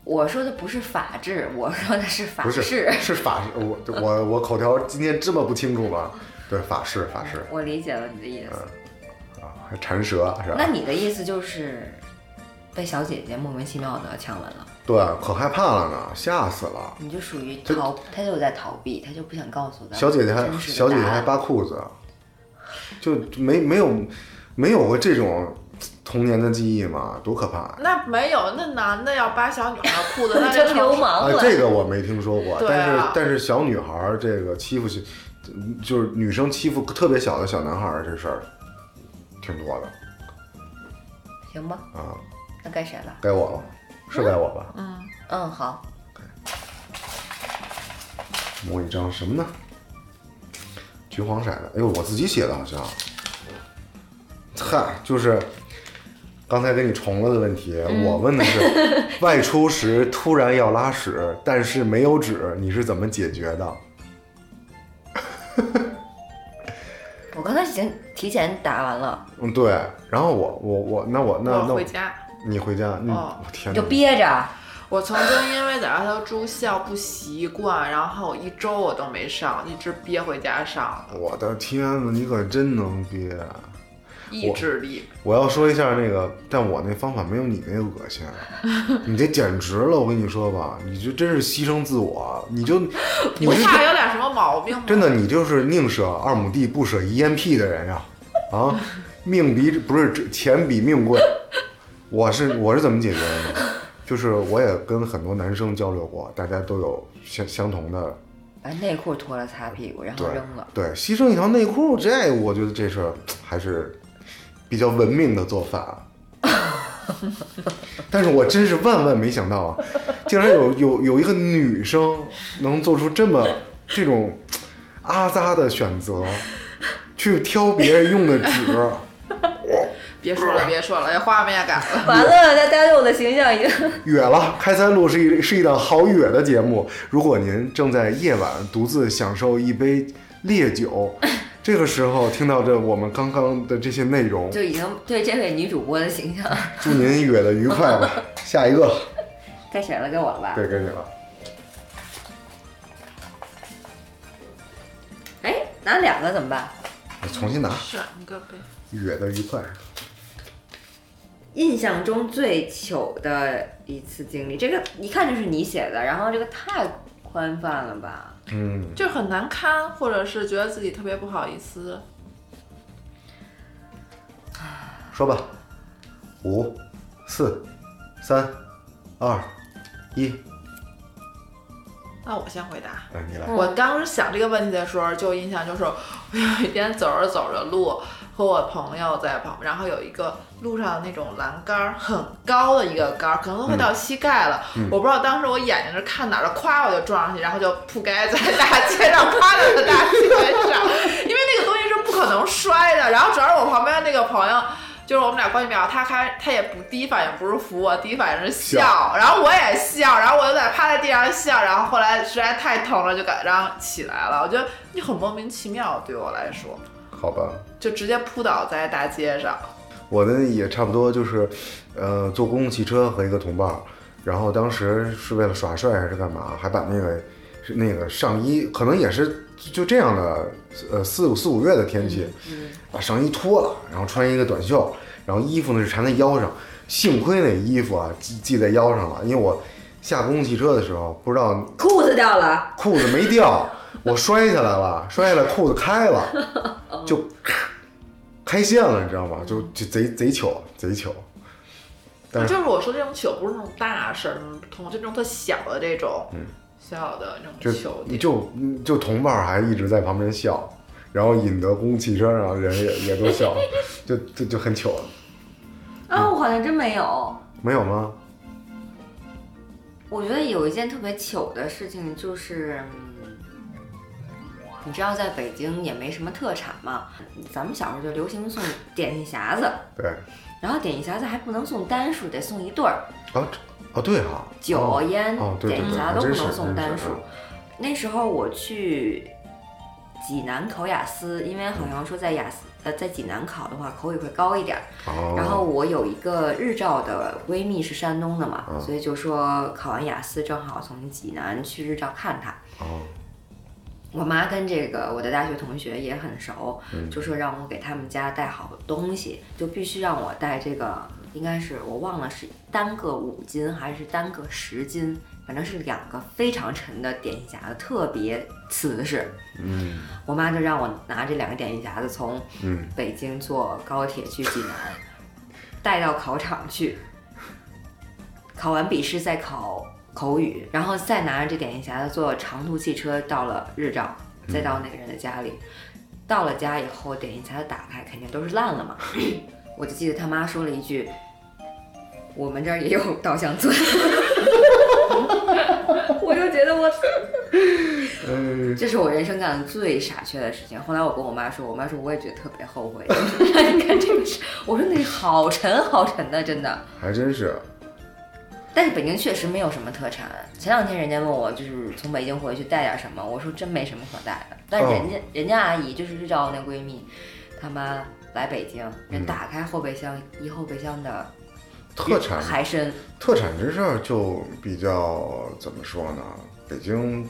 [SPEAKER 1] 我说的不是法制，我说的是法
[SPEAKER 3] 不是
[SPEAKER 1] 式。
[SPEAKER 3] 是法式，我我我口条今天这么不清楚吗？对，法式法式
[SPEAKER 1] 我理解了你的意思。
[SPEAKER 3] 啊，还缠舌是
[SPEAKER 1] 那
[SPEAKER 3] 吧？
[SPEAKER 1] 你的意思就是被小姐姐莫名其妙的强吻了，
[SPEAKER 3] 对，可害怕了呢，吓死了。
[SPEAKER 1] 你就属于
[SPEAKER 3] 这
[SPEAKER 1] 逃，他就在逃避，他就不想告诉他。
[SPEAKER 3] 小姐姐还
[SPEAKER 1] 真实的
[SPEAKER 3] 小姐姐
[SPEAKER 1] 答
[SPEAKER 3] 还
[SPEAKER 1] 案
[SPEAKER 3] 扒裤子，就没没有没有过这种童年的记忆嘛，多可怕呀！
[SPEAKER 2] 那没有，那男的要扒小女孩裤
[SPEAKER 1] [laughs]
[SPEAKER 2] 子，那就
[SPEAKER 1] 真流
[SPEAKER 2] 成
[SPEAKER 1] 氓
[SPEAKER 3] 啊，
[SPEAKER 1] 了。
[SPEAKER 3] 这个我没听说过，
[SPEAKER 2] 对
[SPEAKER 3] 但是
[SPEAKER 2] 啊
[SPEAKER 3] 但是小女孩儿这个欺负小，就是女生欺负特别小的小男孩儿这事儿，挺多的
[SPEAKER 1] 行吧，
[SPEAKER 3] 啊，
[SPEAKER 1] 那该谁了？
[SPEAKER 3] 该我了，是该我吧？
[SPEAKER 1] 嗯，好，
[SPEAKER 3] 摸一张什么呢？橘黄色的，哎呦，我自己写的好像。嗨，就是刚才给你重了的问题，
[SPEAKER 1] 嗯
[SPEAKER 3] 我问的是
[SPEAKER 1] [laughs]
[SPEAKER 3] 外出时突然要拉屎，但是没有纸，你是怎么解决的？
[SPEAKER 1] 我刚才已经提前答完了，
[SPEAKER 3] 嗯，对。然后我我我那我那
[SPEAKER 2] 我
[SPEAKER 3] 那我
[SPEAKER 2] 回家，
[SPEAKER 3] 你回家，你
[SPEAKER 2] 哦
[SPEAKER 3] 我天
[SPEAKER 1] 你
[SPEAKER 3] 哪
[SPEAKER 1] 就，憋着。
[SPEAKER 2] 我曾经因为在外头住校不习惯，然后一周我都没上，一直憋回家上的，
[SPEAKER 3] 我的天呐，你可真能憋！啊
[SPEAKER 2] 意志力。
[SPEAKER 3] 我要说一下那个，但我那方法没有你那恶心，啊你这简直了！我跟你说吧，你这真是牺牲自我，你就你
[SPEAKER 2] 我
[SPEAKER 3] 是
[SPEAKER 2] 差有点什么毛病吗？
[SPEAKER 3] 真的，你就是宁舍二亩地不舍一烟屁的人呀！啊，命比不是钱比命贵。我是我是怎么解决的呢？就是我也跟很多男生交流过，大家都有相相同的
[SPEAKER 1] 把内裤脱了擦屁股，然后
[SPEAKER 3] 对
[SPEAKER 1] 扔了。
[SPEAKER 3] 对，牺牲一条内裤，这我觉得这事儿还是比较文明的做法。 [laughs] 但是我真是万万没想到啊，竟然有有有一个女生能做出这么这种阿扎的选择，去挑别人用的纸。
[SPEAKER 2] 别说了，别说了，有画面感
[SPEAKER 1] [laughs]
[SPEAKER 2] 了。
[SPEAKER 1] 完了，大家对我的形象 [laughs] 已经……
[SPEAKER 3] 远了，开塞露是一是一档好远的节目。如果您正在夜晚独自享受一杯烈酒，这个时候听到这我们刚刚的这些内容，
[SPEAKER 1] 就已经对这位女主播的形象
[SPEAKER 3] 祝您远的愉快吧。下一个，
[SPEAKER 1] 该谁了？该我了吧？
[SPEAKER 3] 对，给你了。
[SPEAKER 1] 哎，拿两个怎么办？
[SPEAKER 3] 我重新拿，
[SPEAKER 2] [laughs] 选一个呗。
[SPEAKER 3] 远的愉快。
[SPEAKER 1] 印象中最糗的一次经历，这个一看就是你写的，然后这个太宽泛了吧？
[SPEAKER 3] 嗯，
[SPEAKER 2] 就是很难堪，或者是觉得自己特别不好意思。
[SPEAKER 3] 说吧，五、四、三、二、一。
[SPEAKER 2] 那我先回答。
[SPEAKER 3] 哎，你来。
[SPEAKER 1] 嗯
[SPEAKER 2] 我当时想这个问题的时候，就印象就是，我有一天走着走着路，和我朋友在旁，然后有一个路上那种栏杆儿很高的一个杆儿，可能都快到膝盖了。我不知道当时我眼睛是看哪儿了，咵我就撞上去，然后就扑街在大街上，趴在了大街上，因为那个东西是不可能摔的。然后主要是我旁边那个朋友。就是我们俩关系比较好，他开他也不第一反应不是扶我，第一反应是笑，然后我也笑，然后我就在趴在地上笑，然后后来实在太疼了，就感然后起来了。我觉得你很莫名其妙，对我来说，
[SPEAKER 3] 好吧，
[SPEAKER 2] 就直接扑倒在大街上。
[SPEAKER 3] 我呢也差不多就是，呃，坐公共汽车和一个同伴儿，然后当时是为了耍帅还是干嘛，还把那个是那个上衣，可能也是就这样的，呃，四五四五月的天气，把上衣脱了，然后穿一个短袖，然后衣服呢是缠在腰上，幸亏那衣服啊系系在腰上了，因为我下公共汽车的时候不知道
[SPEAKER 1] 裤子掉了，啊
[SPEAKER 3] 裤子没掉，我摔下来了，摔下来裤子开了，
[SPEAKER 1] [laughs]
[SPEAKER 3] 就咔开线了，你知道吗？就就贼贼糗，贼糗。但是
[SPEAKER 2] 就是我说这种糗不是那种大事儿，什么痛，就这种特小的这种，小的那
[SPEAKER 3] 嗯就
[SPEAKER 2] 种糗点。
[SPEAKER 3] 就就同伴儿还一直在旁边笑，然后引得公共汽车上人也也都
[SPEAKER 1] [laughs]
[SPEAKER 3] 笑，就就就很糗。嗯
[SPEAKER 1] 啊，我好像真没有。
[SPEAKER 3] 没有吗？
[SPEAKER 1] 我觉得有一件特别糗的事情就是。嗯你知道在北京也没什么特产嘛？咱们小时候就流行送点心匣子，
[SPEAKER 3] 对，
[SPEAKER 1] 然后点心匣子还不能送单数，得送一对儿。
[SPEAKER 3] 啊这哦对哈、啊，
[SPEAKER 1] 酒、烟、
[SPEAKER 3] 哦对对
[SPEAKER 1] 点心
[SPEAKER 3] 对
[SPEAKER 1] 匣
[SPEAKER 3] 还
[SPEAKER 1] 都不
[SPEAKER 3] 真是
[SPEAKER 1] 能送
[SPEAKER 3] 真是
[SPEAKER 1] 单数
[SPEAKER 3] 嗯。
[SPEAKER 1] 那时候我去济南考雅思，因为好像说在雅思呃在济南考的话口语会高一点儿。
[SPEAKER 3] 哦，
[SPEAKER 1] 然后我有一个日照的闺蜜是山东的嘛，
[SPEAKER 3] 嗯
[SPEAKER 1] 所以就说考完雅思正好从济南去日照看她。
[SPEAKER 3] 哦
[SPEAKER 1] 我妈跟这个我的大学同学也很熟，
[SPEAKER 3] 嗯
[SPEAKER 1] 就说让我给他们家带好东西，就必须让我带这个，应该是我忘了是单个五斤还是单个十斤，反正是两个非常沉的点心匣子，特别瓷实。
[SPEAKER 3] 嗯
[SPEAKER 1] 我妈就让我拿这两个点心匣子从
[SPEAKER 3] 嗯，
[SPEAKER 1] 北京坐高铁去济南，带到考场去，考完笔试再考口语，然后再拿着这点心匣子坐长途汽车到了日照，再到那个人的家里。到了家以后，点心匣子打开肯定都是烂了嘛。我就记得他妈说了一句：“我们这儿也有稻香村。” [laughs] 我就觉得我
[SPEAKER 3] 呃
[SPEAKER 1] 这是我人生干的最傻缺的事情。后来我跟我妈说，我妈说我也觉得特别后
[SPEAKER 3] [laughs]
[SPEAKER 1] 悔。 [laughs] 你看这个是，我说那个好沉好沉的，真的。
[SPEAKER 3] 还真是。
[SPEAKER 1] 但是北京确实没有什么特产。前两天人家问我，就是从北京回去带点什么，我说真没什么可带的。
[SPEAKER 3] 哦
[SPEAKER 1] 但人家、人家阿姨就是日照那闺蜜，她妈来北京，人
[SPEAKER 3] 嗯
[SPEAKER 1] 打开后备箱、一后备箱的
[SPEAKER 3] 特产
[SPEAKER 1] 海参，
[SPEAKER 3] 特产这事儿就比较怎么说呢？北京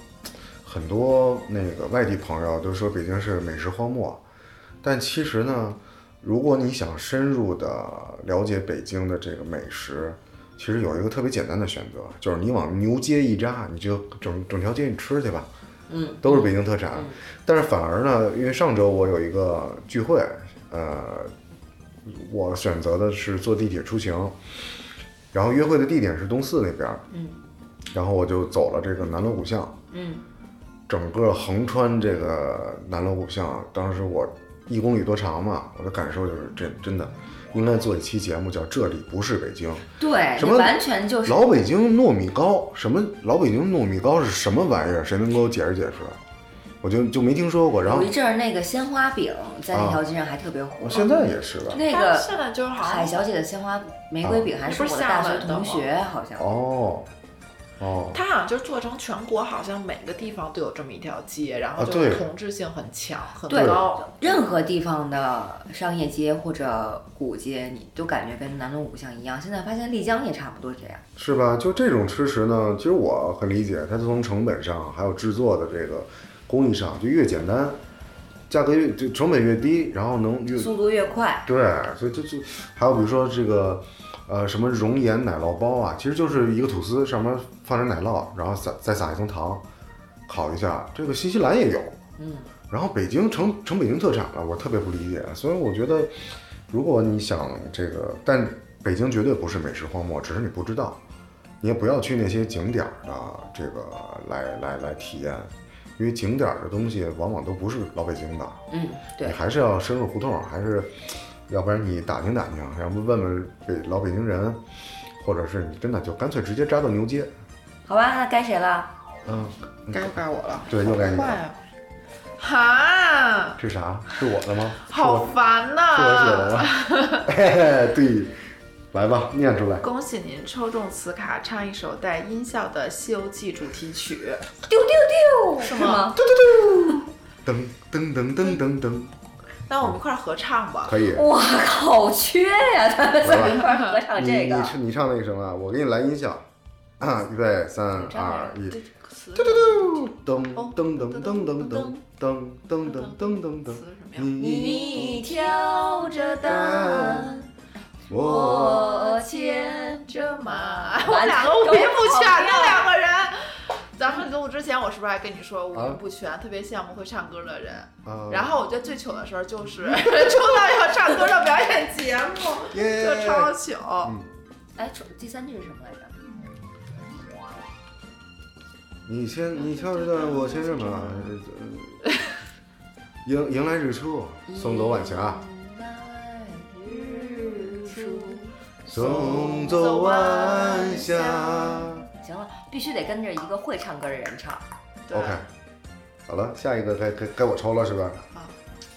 [SPEAKER 3] 很多那个外地朋友都说北京是美食荒漠，但其实呢，如果你想深入的了解北京的这个美食，其实有一个特别简单的选择，就是你往牛街一扎，你就整整条街你吃去吧。
[SPEAKER 1] 嗯，
[SPEAKER 3] 都是北京特产。
[SPEAKER 1] 嗯
[SPEAKER 3] 但是反而呢，因为上周我有一个聚会，呃，我选择的是坐地铁出行，然后约会的地点是东四那边，
[SPEAKER 1] 嗯，
[SPEAKER 3] 然后我就走了这个南锣鼓巷，
[SPEAKER 1] 嗯，
[SPEAKER 3] 整个横穿这个南锣鼓巷，当时我一公里多长嘛，我的感受就是真真的。应该做一期节目叫《这里不是北京》，
[SPEAKER 1] 对，
[SPEAKER 3] 什么
[SPEAKER 1] 完全就是
[SPEAKER 3] 老北京糯米糕，什么老北京糯米糕是什么玩意儿？谁能给我解释解释？我就就没听说过。然后
[SPEAKER 1] 有一阵儿那个鲜花饼在那条街上还特别火。
[SPEAKER 3] 我现在也是吧。
[SPEAKER 1] 那
[SPEAKER 2] 但
[SPEAKER 1] 个
[SPEAKER 2] 是现在就是好
[SPEAKER 1] 海
[SPEAKER 2] 像
[SPEAKER 1] 小姐的鲜花玫瑰饼还是我的大学同学，好像。
[SPEAKER 3] 哦，哦，
[SPEAKER 2] 它好像就是做成全国，好像每个地方都有这么一条街，然后
[SPEAKER 3] 啊
[SPEAKER 2] 就
[SPEAKER 3] 对
[SPEAKER 2] 是同质性很强，很
[SPEAKER 1] 对
[SPEAKER 2] 高。
[SPEAKER 1] 任何地方的商业街或者古街，你都感觉跟南锣鼓巷一样。现在发现丽江也差不多这样。
[SPEAKER 3] 是吧？就这种吃食呢，其实我很理解，它从成本上还有制作的这个工艺上，就越简单，价格越就成本越低，然后能越
[SPEAKER 1] 速度越快，
[SPEAKER 3] 对，所以就就还有比如说这个。呃，什么熔岩奶酪包啊，其实就是一个吐司，上面放点奶酪，然后撒再撒一层糖，烤一下。这个新西兰也有，
[SPEAKER 1] 嗯，
[SPEAKER 3] 然后北京成成北京特产了，我特别不理解。所以我觉得，如果你想这个，但北京绝对不是美食荒漠，只是你不知道，你也不要去那些景点儿的这个来来来体验，因为景点儿的东西往往都不是老北京的，
[SPEAKER 1] 嗯，
[SPEAKER 3] 你
[SPEAKER 1] 对，
[SPEAKER 3] 还是要深入胡同，还是要不然你打听打听，要不问问北老北京人，或者是你真的就干脆直接扎到牛街，
[SPEAKER 1] 好吧，那该谁了？
[SPEAKER 3] 嗯，
[SPEAKER 2] 该该我了，
[SPEAKER 3] 对，又该你
[SPEAKER 2] 快
[SPEAKER 3] 了，
[SPEAKER 2] 啊！哈，
[SPEAKER 3] 是啥？是我的吗？是我
[SPEAKER 2] 好烦呐、
[SPEAKER 3] 是我写的吗？嘿嘿，对，来吧，念出来。
[SPEAKER 2] 恭喜您抽中此卡，唱一首带音效的《西游记》主题曲。
[SPEAKER 1] 丢丢丢，是
[SPEAKER 2] 是
[SPEAKER 1] 吗
[SPEAKER 2] 吗？
[SPEAKER 3] 噔噔噔噔噔噔，
[SPEAKER 2] 那我们一块儿合唱吧。
[SPEAKER 3] 可以。
[SPEAKER 1] 哇，好缺呀、咱们在一块儿合唱这
[SPEAKER 3] 你
[SPEAKER 1] 个
[SPEAKER 3] 你，唱你唱那个什么？啊我给你来音效。啊，预备，三二一，
[SPEAKER 2] 这个词
[SPEAKER 3] 嘟嘟嘟，噔
[SPEAKER 2] 哦
[SPEAKER 3] 噔噔噔噔噔噔噔噔噔噔噔
[SPEAKER 2] 词。什么
[SPEAKER 1] 嗯
[SPEAKER 2] 呀？
[SPEAKER 3] 你
[SPEAKER 1] 挑着
[SPEAKER 3] 担，我
[SPEAKER 2] 呃
[SPEAKER 1] 我牵
[SPEAKER 2] 这
[SPEAKER 3] [laughs]
[SPEAKER 2] 嘛，
[SPEAKER 1] 完
[SPEAKER 2] 我
[SPEAKER 1] 全
[SPEAKER 2] 两个五音不全的
[SPEAKER 1] 都跑调
[SPEAKER 2] 两个人。咱们录之前，我是不是还跟你说五
[SPEAKER 3] 啊
[SPEAKER 2] 音不全，特别羡慕会唱歌的人？
[SPEAKER 3] 啊，
[SPEAKER 2] 然后我觉得最糗的时候就是 [laughs] 出道要唱歌的表演节目，
[SPEAKER 3] 耶
[SPEAKER 2] 就超
[SPEAKER 3] 嗯
[SPEAKER 2] 糗。
[SPEAKER 1] 哎，第三句是什么来着？
[SPEAKER 3] 你牵你挑着担，我牵着马，呃 [laughs] 迎迎来日出，送走晚啊霞。
[SPEAKER 1] 啊
[SPEAKER 3] 送走晚霞。
[SPEAKER 1] 行了，必须得跟着一个会唱歌的人唱。
[SPEAKER 2] 对
[SPEAKER 3] OK，好了，下一个该该该我抽了是吧？
[SPEAKER 2] 啊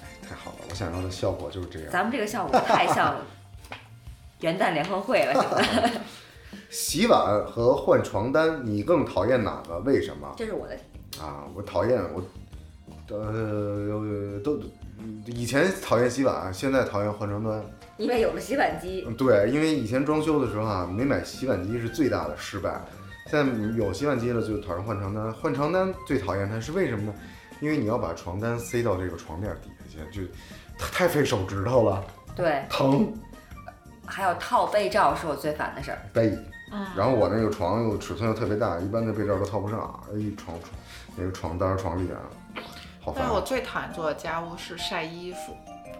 [SPEAKER 3] 哎，太好了，我想要的效果就是这样。
[SPEAKER 1] 咱们这个效果太
[SPEAKER 3] [laughs]
[SPEAKER 1] 像元旦联欢会了，是吧？
[SPEAKER 3] 洗碗和换床单，你更讨厌哪个？为什么？
[SPEAKER 1] 这是我的题。
[SPEAKER 3] 啊，我讨厌我，呃，都以前讨厌洗碗，现在讨厌换床单。
[SPEAKER 1] 因为有了洗碗机，
[SPEAKER 3] 嗯，对，因为以前装修的时候啊，没买洗碗机是最大的失败。现在有洗碗机了，就讨厌换床单。换床单最讨厌它是为什么呢？因为你要把床单塞到这个床垫底下去，就太太费手指头了，
[SPEAKER 1] 对，
[SPEAKER 3] 疼。
[SPEAKER 1] 还有套被罩是我最烦的事儿。
[SPEAKER 3] 背，
[SPEAKER 2] 嗯
[SPEAKER 3] 然后我那个床又尺寸又特别大，一般的被罩都套不上，一床床那个床单儿床帘儿，好
[SPEAKER 2] 但
[SPEAKER 3] 烦
[SPEAKER 2] 是。我最讨厌做的家务是晒衣服。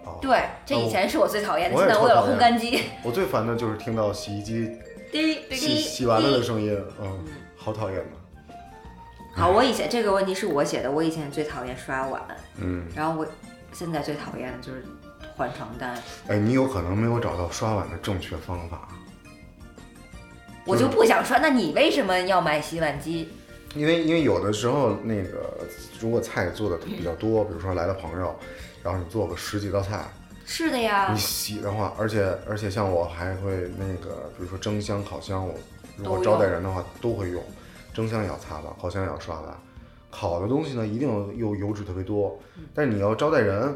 [SPEAKER 3] 哦，
[SPEAKER 1] 对，这以前是我最讨厌的，
[SPEAKER 3] 我
[SPEAKER 1] 现
[SPEAKER 3] 也
[SPEAKER 1] 在我有了
[SPEAKER 3] 超讨厌
[SPEAKER 1] 烘干机，
[SPEAKER 3] 我最烦的就是听到洗衣机
[SPEAKER 1] 滴
[SPEAKER 3] 洗
[SPEAKER 1] 滴
[SPEAKER 3] 洗完了的
[SPEAKER 1] 滴。
[SPEAKER 3] 声音，嗯，好讨厌呐。
[SPEAKER 1] 好，我以前这个问题是我写的，我以前最讨厌刷碗，
[SPEAKER 3] 嗯，
[SPEAKER 1] 然后我现在最讨厌的就是换床单。
[SPEAKER 3] 哎，你有可能没有找到刷碗的正确方法，
[SPEAKER 1] 我就不想刷，那你为什么要买洗碗机？
[SPEAKER 3] 因为因为有的时候那个如果菜做的比较多，比如说来了朋友，然后你做个十几道菜，
[SPEAKER 1] 啊是的呀
[SPEAKER 3] 你，洗的话，而且而且像我还会那个，比如说蒸箱、烤箱，我如果
[SPEAKER 1] 都
[SPEAKER 3] 招待
[SPEAKER 1] 用
[SPEAKER 3] 人的话都会用，蒸箱也要擦吧，烤箱也要刷吧。烤的东西呢，一定又油脂特别多，
[SPEAKER 1] 嗯
[SPEAKER 3] 但是你要招待人，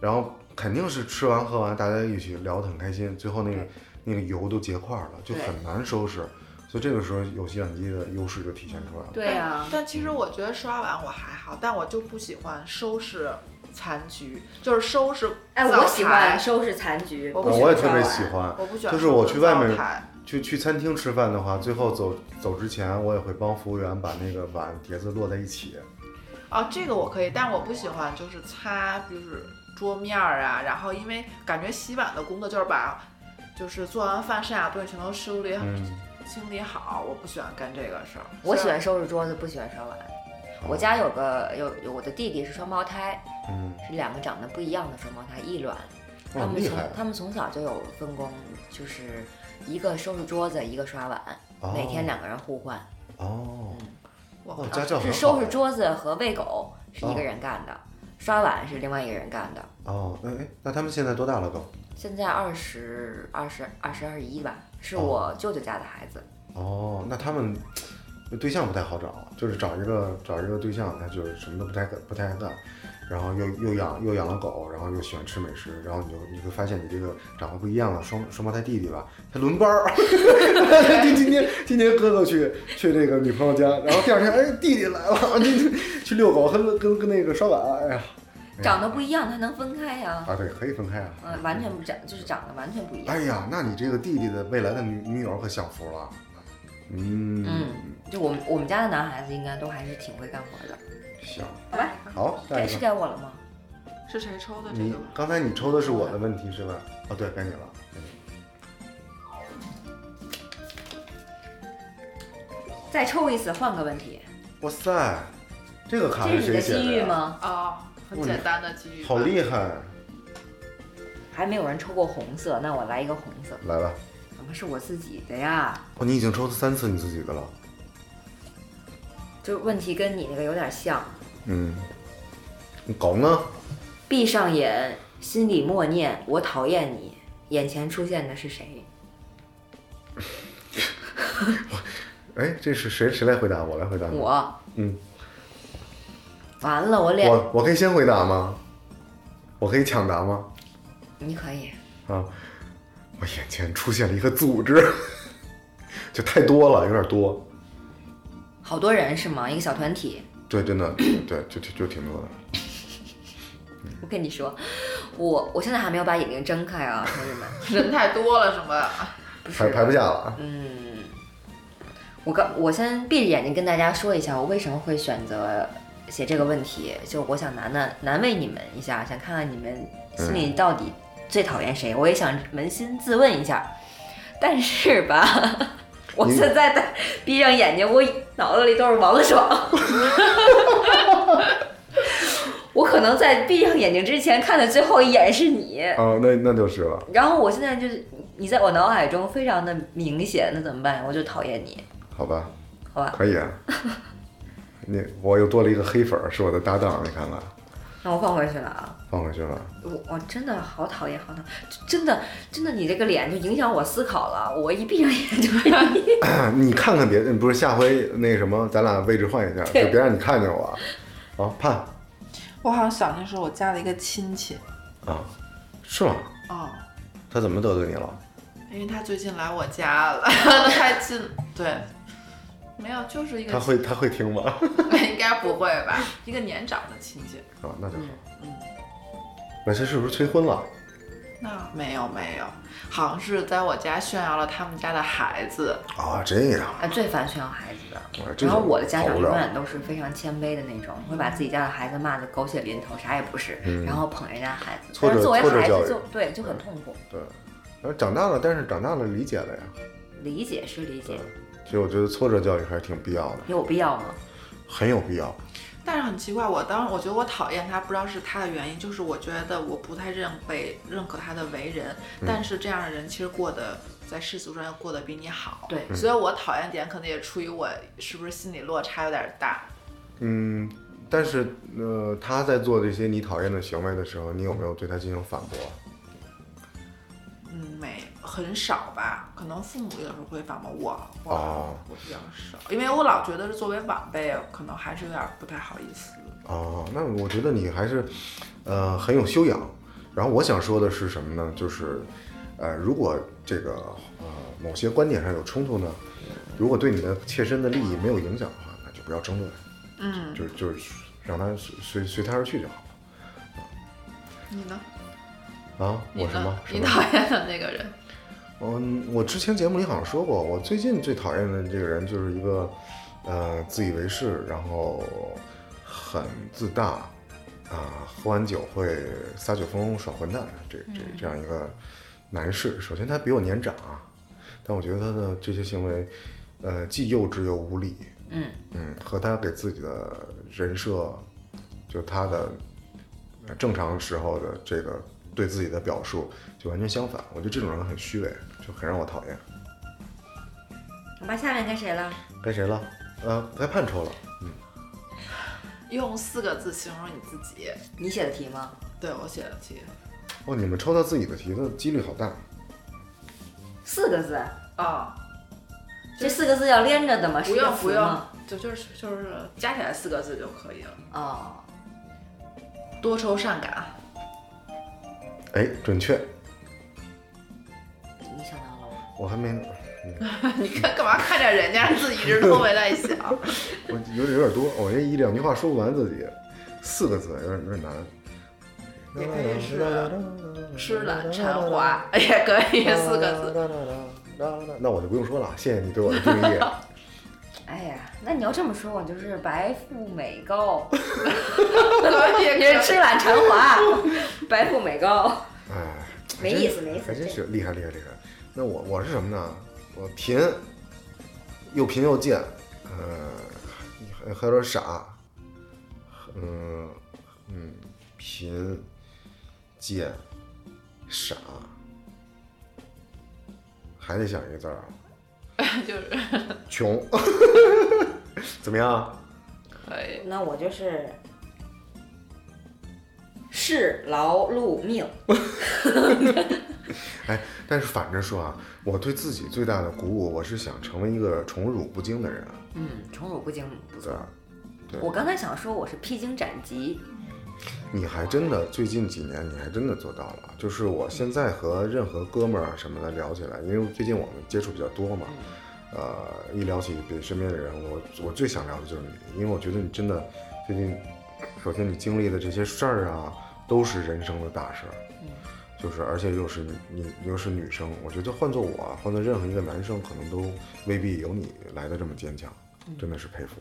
[SPEAKER 3] 然后肯定是吃完喝完大家一起聊得很开心，最后那个
[SPEAKER 1] 对
[SPEAKER 3] 那个油都结块了，就
[SPEAKER 1] 对
[SPEAKER 3] 很难收拾。所以这个时候有洗碗机的优势就体现出来了。
[SPEAKER 1] 对呀、
[SPEAKER 2] 但其实我觉得刷碗我还好，但我就不喜欢收拾残局，就是收拾
[SPEAKER 1] 哎，
[SPEAKER 2] 灶
[SPEAKER 1] 我
[SPEAKER 2] 台
[SPEAKER 1] 喜欢，收拾残局，
[SPEAKER 2] 我不
[SPEAKER 3] 啊
[SPEAKER 2] 喜
[SPEAKER 3] 我也
[SPEAKER 2] 欢
[SPEAKER 3] 特
[SPEAKER 1] 哎
[SPEAKER 3] 别
[SPEAKER 2] 刷碗
[SPEAKER 3] 喜欢，
[SPEAKER 2] 我不喜欢。
[SPEAKER 3] 就是我去外面
[SPEAKER 2] 灶台，
[SPEAKER 3] 去去餐厅吃饭的话，最后走走之前，我也会帮服务员把那个碗碟子摞在一起。
[SPEAKER 2] 哦，这个我可以，但我不喜欢就是擦，就是桌面儿啊，然后因为感觉洗碗的工作就是把，就是做完饭剩下的东西全都收理、
[SPEAKER 3] 嗯，
[SPEAKER 2] 清理好，我不喜欢干这个事儿。
[SPEAKER 1] 我喜
[SPEAKER 2] 虽然
[SPEAKER 1] 欢收拾桌子，不喜欢刷碗。
[SPEAKER 3] 哦
[SPEAKER 1] 我家有个有有我的弟弟是双胞胎，
[SPEAKER 3] 嗯，
[SPEAKER 1] 是两个长得不一样的双胞胎异卵。他
[SPEAKER 3] 哇，
[SPEAKER 1] 们
[SPEAKER 3] 哦厉
[SPEAKER 1] 从
[SPEAKER 3] 害
[SPEAKER 1] 他们从小就有分工，就是一个收拾桌子，一个刷碗，
[SPEAKER 3] 哦
[SPEAKER 1] 每天两个人互换。
[SPEAKER 3] 哦
[SPEAKER 2] 我
[SPEAKER 3] 哦，家教很
[SPEAKER 1] 是
[SPEAKER 3] 好
[SPEAKER 1] 收拾桌子和喂狗是一个人干的，刷碗是另外一个人干的。
[SPEAKER 3] 哦，哎哎，那他们现在多大了都？
[SPEAKER 1] 现在二十二十二十二十一吧，是
[SPEAKER 3] 哦
[SPEAKER 1] 我舅舅家的孩子。
[SPEAKER 3] 哦，那他们对象不太好找，啊就是找一个找一个对象，他就是什么都不太不太爱干，然后又又养又养了狗，然后又喜欢吃美食，然后你就你会发现你这个长得不一样了，双双胞胎弟弟吧，他轮班儿， [laughs] 今今天今天哥哥去去这个女朋友家，然后第二天哎弟弟来了， [laughs] 你去遛狗跟跟跟那个刷碗，哎呀，哎呀
[SPEAKER 1] 长得不一样，他能分开呀、
[SPEAKER 3] 啊对，可以分开啊，
[SPEAKER 1] 嗯，完全不长，就是长得完全不一样。
[SPEAKER 3] 哎呀，那你这个弟弟的未来的女女友可享福了。嗯，
[SPEAKER 1] 嗯，就我们我们家的男孩子应该都还是挺会干活的。
[SPEAKER 3] 行，
[SPEAKER 1] 好吧，
[SPEAKER 3] 好，下
[SPEAKER 1] 该
[SPEAKER 3] 一
[SPEAKER 1] 是
[SPEAKER 3] 个。
[SPEAKER 1] 该我了吗？
[SPEAKER 2] 是谁抽的这
[SPEAKER 3] 你
[SPEAKER 2] 个吧？
[SPEAKER 3] 刚才你抽的是我的问题是吧？哦，对，该你了。该你了
[SPEAKER 1] 再抽一次，换个问题。
[SPEAKER 3] 哇塞，这个卡
[SPEAKER 1] 这是你
[SPEAKER 3] 谁
[SPEAKER 1] 的
[SPEAKER 3] 写
[SPEAKER 1] 机遇
[SPEAKER 3] 呀？
[SPEAKER 1] 吗？
[SPEAKER 2] 哦，很
[SPEAKER 3] 哇
[SPEAKER 2] 简
[SPEAKER 3] 你
[SPEAKER 2] 单的机遇吧。
[SPEAKER 3] 好厉害！
[SPEAKER 1] 还没有人抽过红色，那我来一个红色。
[SPEAKER 3] 来吧，
[SPEAKER 1] 怎么是我自己的呀？
[SPEAKER 3] 哦，你已经抽了三次你自己的了。
[SPEAKER 1] 就问题跟你那个有点像。
[SPEAKER 3] 嗯，你狗呢？
[SPEAKER 1] 闭上眼，心里默念我讨厌你，眼前出现的是谁？
[SPEAKER 3] 哎，这是谁？谁来回答？我来回答。。
[SPEAKER 1] 我。
[SPEAKER 3] 嗯。
[SPEAKER 1] 完了，我脸。
[SPEAKER 3] 我我可以先回答吗？我可以抢答吗？
[SPEAKER 1] 你可以。
[SPEAKER 3] 啊，我眼前出现了一个组织， [laughs] 就太多了，有点多。
[SPEAKER 1] 好多人是吗？一个小团体。
[SPEAKER 3] 对，真的，对，就就就挺多的。
[SPEAKER 1] 我跟你说，我我现在还没有把眼睛睁开啊，同志们。
[SPEAKER 2] [laughs] 人太多了，什么？
[SPEAKER 1] 不
[SPEAKER 3] 排排
[SPEAKER 1] 是，
[SPEAKER 3] 不下了。
[SPEAKER 1] 嗯，我刚我先闭着眼睛跟大家说一下，我为什么会选择写这个问题，就是我想难难难为你们一下，想看看你们心里到底最讨厌谁，我也想扪心自问一下。但是吧， [laughs] 我
[SPEAKER 3] 你
[SPEAKER 1] 现在在闭上眼睛，我脑子里都是王爽。 [laughs] 我可能在闭上眼睛之前看的最后一眼是你，
[SPEAKER 3] 哦，那那就是了。
[SPEAKER 1] 然后我现在就是你在我脑海中非常的明显，那怎么办？我就讨厌你，
[SPEAKER 3] 好吧，
[SPEAKER 1] 好吧？
[SPEAKER 3] 可以啊。 [laughs] 你我又多了一个黑粉儿，是我的搭档，你看看，
[SPEAKER 1] 那我放回去了啊！
[SPEAKER 3] 放回去了。
[SPEAKER 1] 我我真的好讨厌，好讨厌，真的真的，你这个脸就影响我思考了。我一闭上眼就是
[SPEAKER 2] [laughs]
[SPEAKER 1] 你，
[SPEAKER 3] [clears throat] 你看看别，嗯不是下回那什么，咱俩位置换一下，就
[SPEAKER 1] 对
[SPEAKER 3] 别让你看
[SPEAKER 1] [laughs]
[SPEAKER 3] 见我。啊，盼
[SPEAKER 2] 我好像想的是我家的一个亲戚
[SPEAKER 3] 啊，是吗？
[SPEAKER 2] 哦，
[SPEAKER 3] 他怎么得罪你了？
[SPEAKER 2] 因为他最近来我家了， [laughs] 太近，对，没有，就是一个
[SPEAKER 3] 他会他会听吗？ [laughs]
[SPEAKER 2] [laughs] 应该不会吧？一个年长的亲戚，
[SPEAKER 3] 啊，那就好。
[SPEAKER 2] 嗯，
[SPEAKER 3] 那他是不是催婚了？
[SPEAKER 2] 那没有没有，好像是在我家炫耀了他们家的孩子，
[SPEAKER 3] 啊，这样，
[SPEAKER 1] 啊，最烦炫耀孩子的。
[SPEAKER 3] 啊这
[SPEAKER 1] 然后
[SPEAKER 3] 种
[SPEAKER 1] 我的家
[SPEAKER 3] 好
[SPEAKER 1] 长
[SPEAKER 3] 无
[SPEAKER 1] 永
[SPEAKER 3] 聊
[SPEAKER 1] 远都是非常谦卑的那种，会把自己家的孩子骂得狗血淋头，啥也不是，
[SPEAKER 3] 嗯
[SPEAKER 1] 然后捧人家孩子。
[SPEAKER 3] 挫
[SPEAKER 1] 但是
[SPEAKER 3] 折
[SPEAKER 1] 作为
[SPEAKER 3] 挫折
[SPEAKER 1] 孩
[SPEAKER 3] 教
[SPEAKER 1] 子
[SPEAKER 3] 育嗯
[SPEAKER 1] 就对就很痛苦，
[SPEAKER 3] 对，然后长大了，但是长大了理解了呀。
[SPEAKER 1] 理解是理解，
[SPEAKER 3] 其实我觉得挫折教育还是挺必要的，
[SPEAKER 1] 有必要吗？
[SPEAKER 3] 很有必要。
[SPEAKER 2] 但是很奇怪，我当我觉得我讨厌他，不知道是他的原因，就是我觉得我不太认为认可他的为人，但是这样的人其实过得在世俗上要过得比你好，
[SPEAKER 1] 对
[SPEAKER 2] 所以我讨厌点可能也出于我是不是心理落差有点大，
[SPEAKER 3] 嗯，但是呃，他在做这些你讨厌的行为的时候，你有没有对他进行反驳？
[SPEAKER 2] 嗯，没很少吧，可能父母有时候会反问我，我、
[SPEAKER 3] 哦
[SPEAKER 2] 我比较少，因为我老觉得是作为晚辈，可能还是有点不太好意思。
[SPEAKER 3] 哦，那我觉得你还是，呃，很有修养。然后我想说的是什么呢？就是，呃，如果这个呃某些观点上有冲突呢，如果对你的切身的利益没有影响的话，那就不要争论，
[SPEAKER 2] 嗯，
[SPEAKER 3] 就就是让它随随随它而去就好
[SPEAKER 2] 你呢？
[SPEAKER 3] 了。啊，
[SPEAKER 2] 你
[SPEAKER 3] 我什么
[SPEAKER 2] 呢？？
[SPEAKER 3] 什
[SPEAKER 2] 你
[SPEAKER 3] 么？
[SPEAKER 2] 讨厌的那个人，
[SPEAKER 3] 嗯，我之前节目里好像说过，我最近最讨厌的这个人就是一个，呃，自以为是，然后很自大，啊、喝完酒会撒酒疯、耍混蛋，啊这这这样一个男士。首先他比我年长啊，但我觉得他的这些行为，呃，既幼稚又无理。
[SPEAKER 1] 嗯
[SPEAKER 3] 嗯，和他给自己的人设，就他的呃正常时候的这个对自己的表述，就完全相反。我觉得这种人很虚伪，就很让我讨厌。
[SPEAKER 1] 好吧，下面该谁了？
[SPEAKER 3] 该谁了？呃，该盼抽了。
[SPEAKER 2] 用四个字形容你自己。
[SPEAKER 1] 你写的题吗？
[SPEAKER 2] 对我写的题
[SPEAKER 3] 哦，你们抽到自己的题的几率好大。
[SPEAKER 1] 四个字，
[SPEAKER 2] 啊、
[SPEAKER 1] 这四个字要连着的吗？
[SPEAKER 2] 不
[SPEAKER 1] 是
[SPEAKER 2] 用
[SPEAKER 1] 个词
[SPEAKER 2] 不用
[SPEAKER 1] 吗，
[SPEAKER 2] 就就是就是加起来四个字就可以了。
[SPEAKER 1] 哦，
[SPEAKER 2] 多愁善感。 [laughs]
[SPEAKER 3] 哎，准确，
[SPEAKER 1] 你想到了吗？
[SPEAKER 3] 我还没，
[SPEAKER 2] 你看干嘛看着人家自己一直都没在想？
[SPEAKER 3] 我有点有点多，我这一两句话说不完自己，四个字有点有点难。
[SPEAKER 2] 也可以是痴懒馋滑 [laughs] 也可以四个 [laughs] 字。
[SPEAKER 3] 字。那我就不用说了，谢谢你对我的定义。
[SPEAKER 1] 哎呀，那你要这么说，我就是白富美 [laughs] 高，
[SPEAKER 2] 也
[SPEAKER 1] 也是痴懒馋滑，白富美高，
[SPEAKER 3] 哎，还
[SPEAKER 1] 没
[SPEAKER 3] 真
[SPEAKER 1] 意思没意思
[SPEAKER 3] 还真是厉害厉害厉害。那我我是什么呢？我贫，又贫又贱，呃，还还有点傻，嗯嗯，贫、贱、傻，还得想一个字儿啊，
[SPEAKER 2] 就是
[SPEAKER 3] 穷。 [laughs] 怎么样？
[SPEAKER 2] 可以。
[SPEAKER 1] [laughs] 那我就是是劳碌命。
[SPEAKER 3] 但是反着说啊，我对自己最大的鼓舞，我是想成为一个宠辱不惊的人，啊
[SPEAKER 1] 嗯，宠辱不惊不
[SPEAKER 3] 对
[SPEAKER 1] 错。
[SPEAKER 3] 吧？对
[SPEAKER 1] 我刚才想说我是披荆斩棘，
[SPEAKER 3] 你还真的最近几年，你还真的做到了。啊就是我现在和任何哥们儿啊什么的聊起来，因为最近我们接触比较多嘛，呃，一聊起对身边的人，我我最想聊的就是你，因为我觉得你真的最近，首先你经历的这些事儿啊，都是人生的大事儿，就是而且又是你你又是女生，我觉得换做我啊，换做任何一个男生，可能都未必有你来的这么坚强，真的是佩服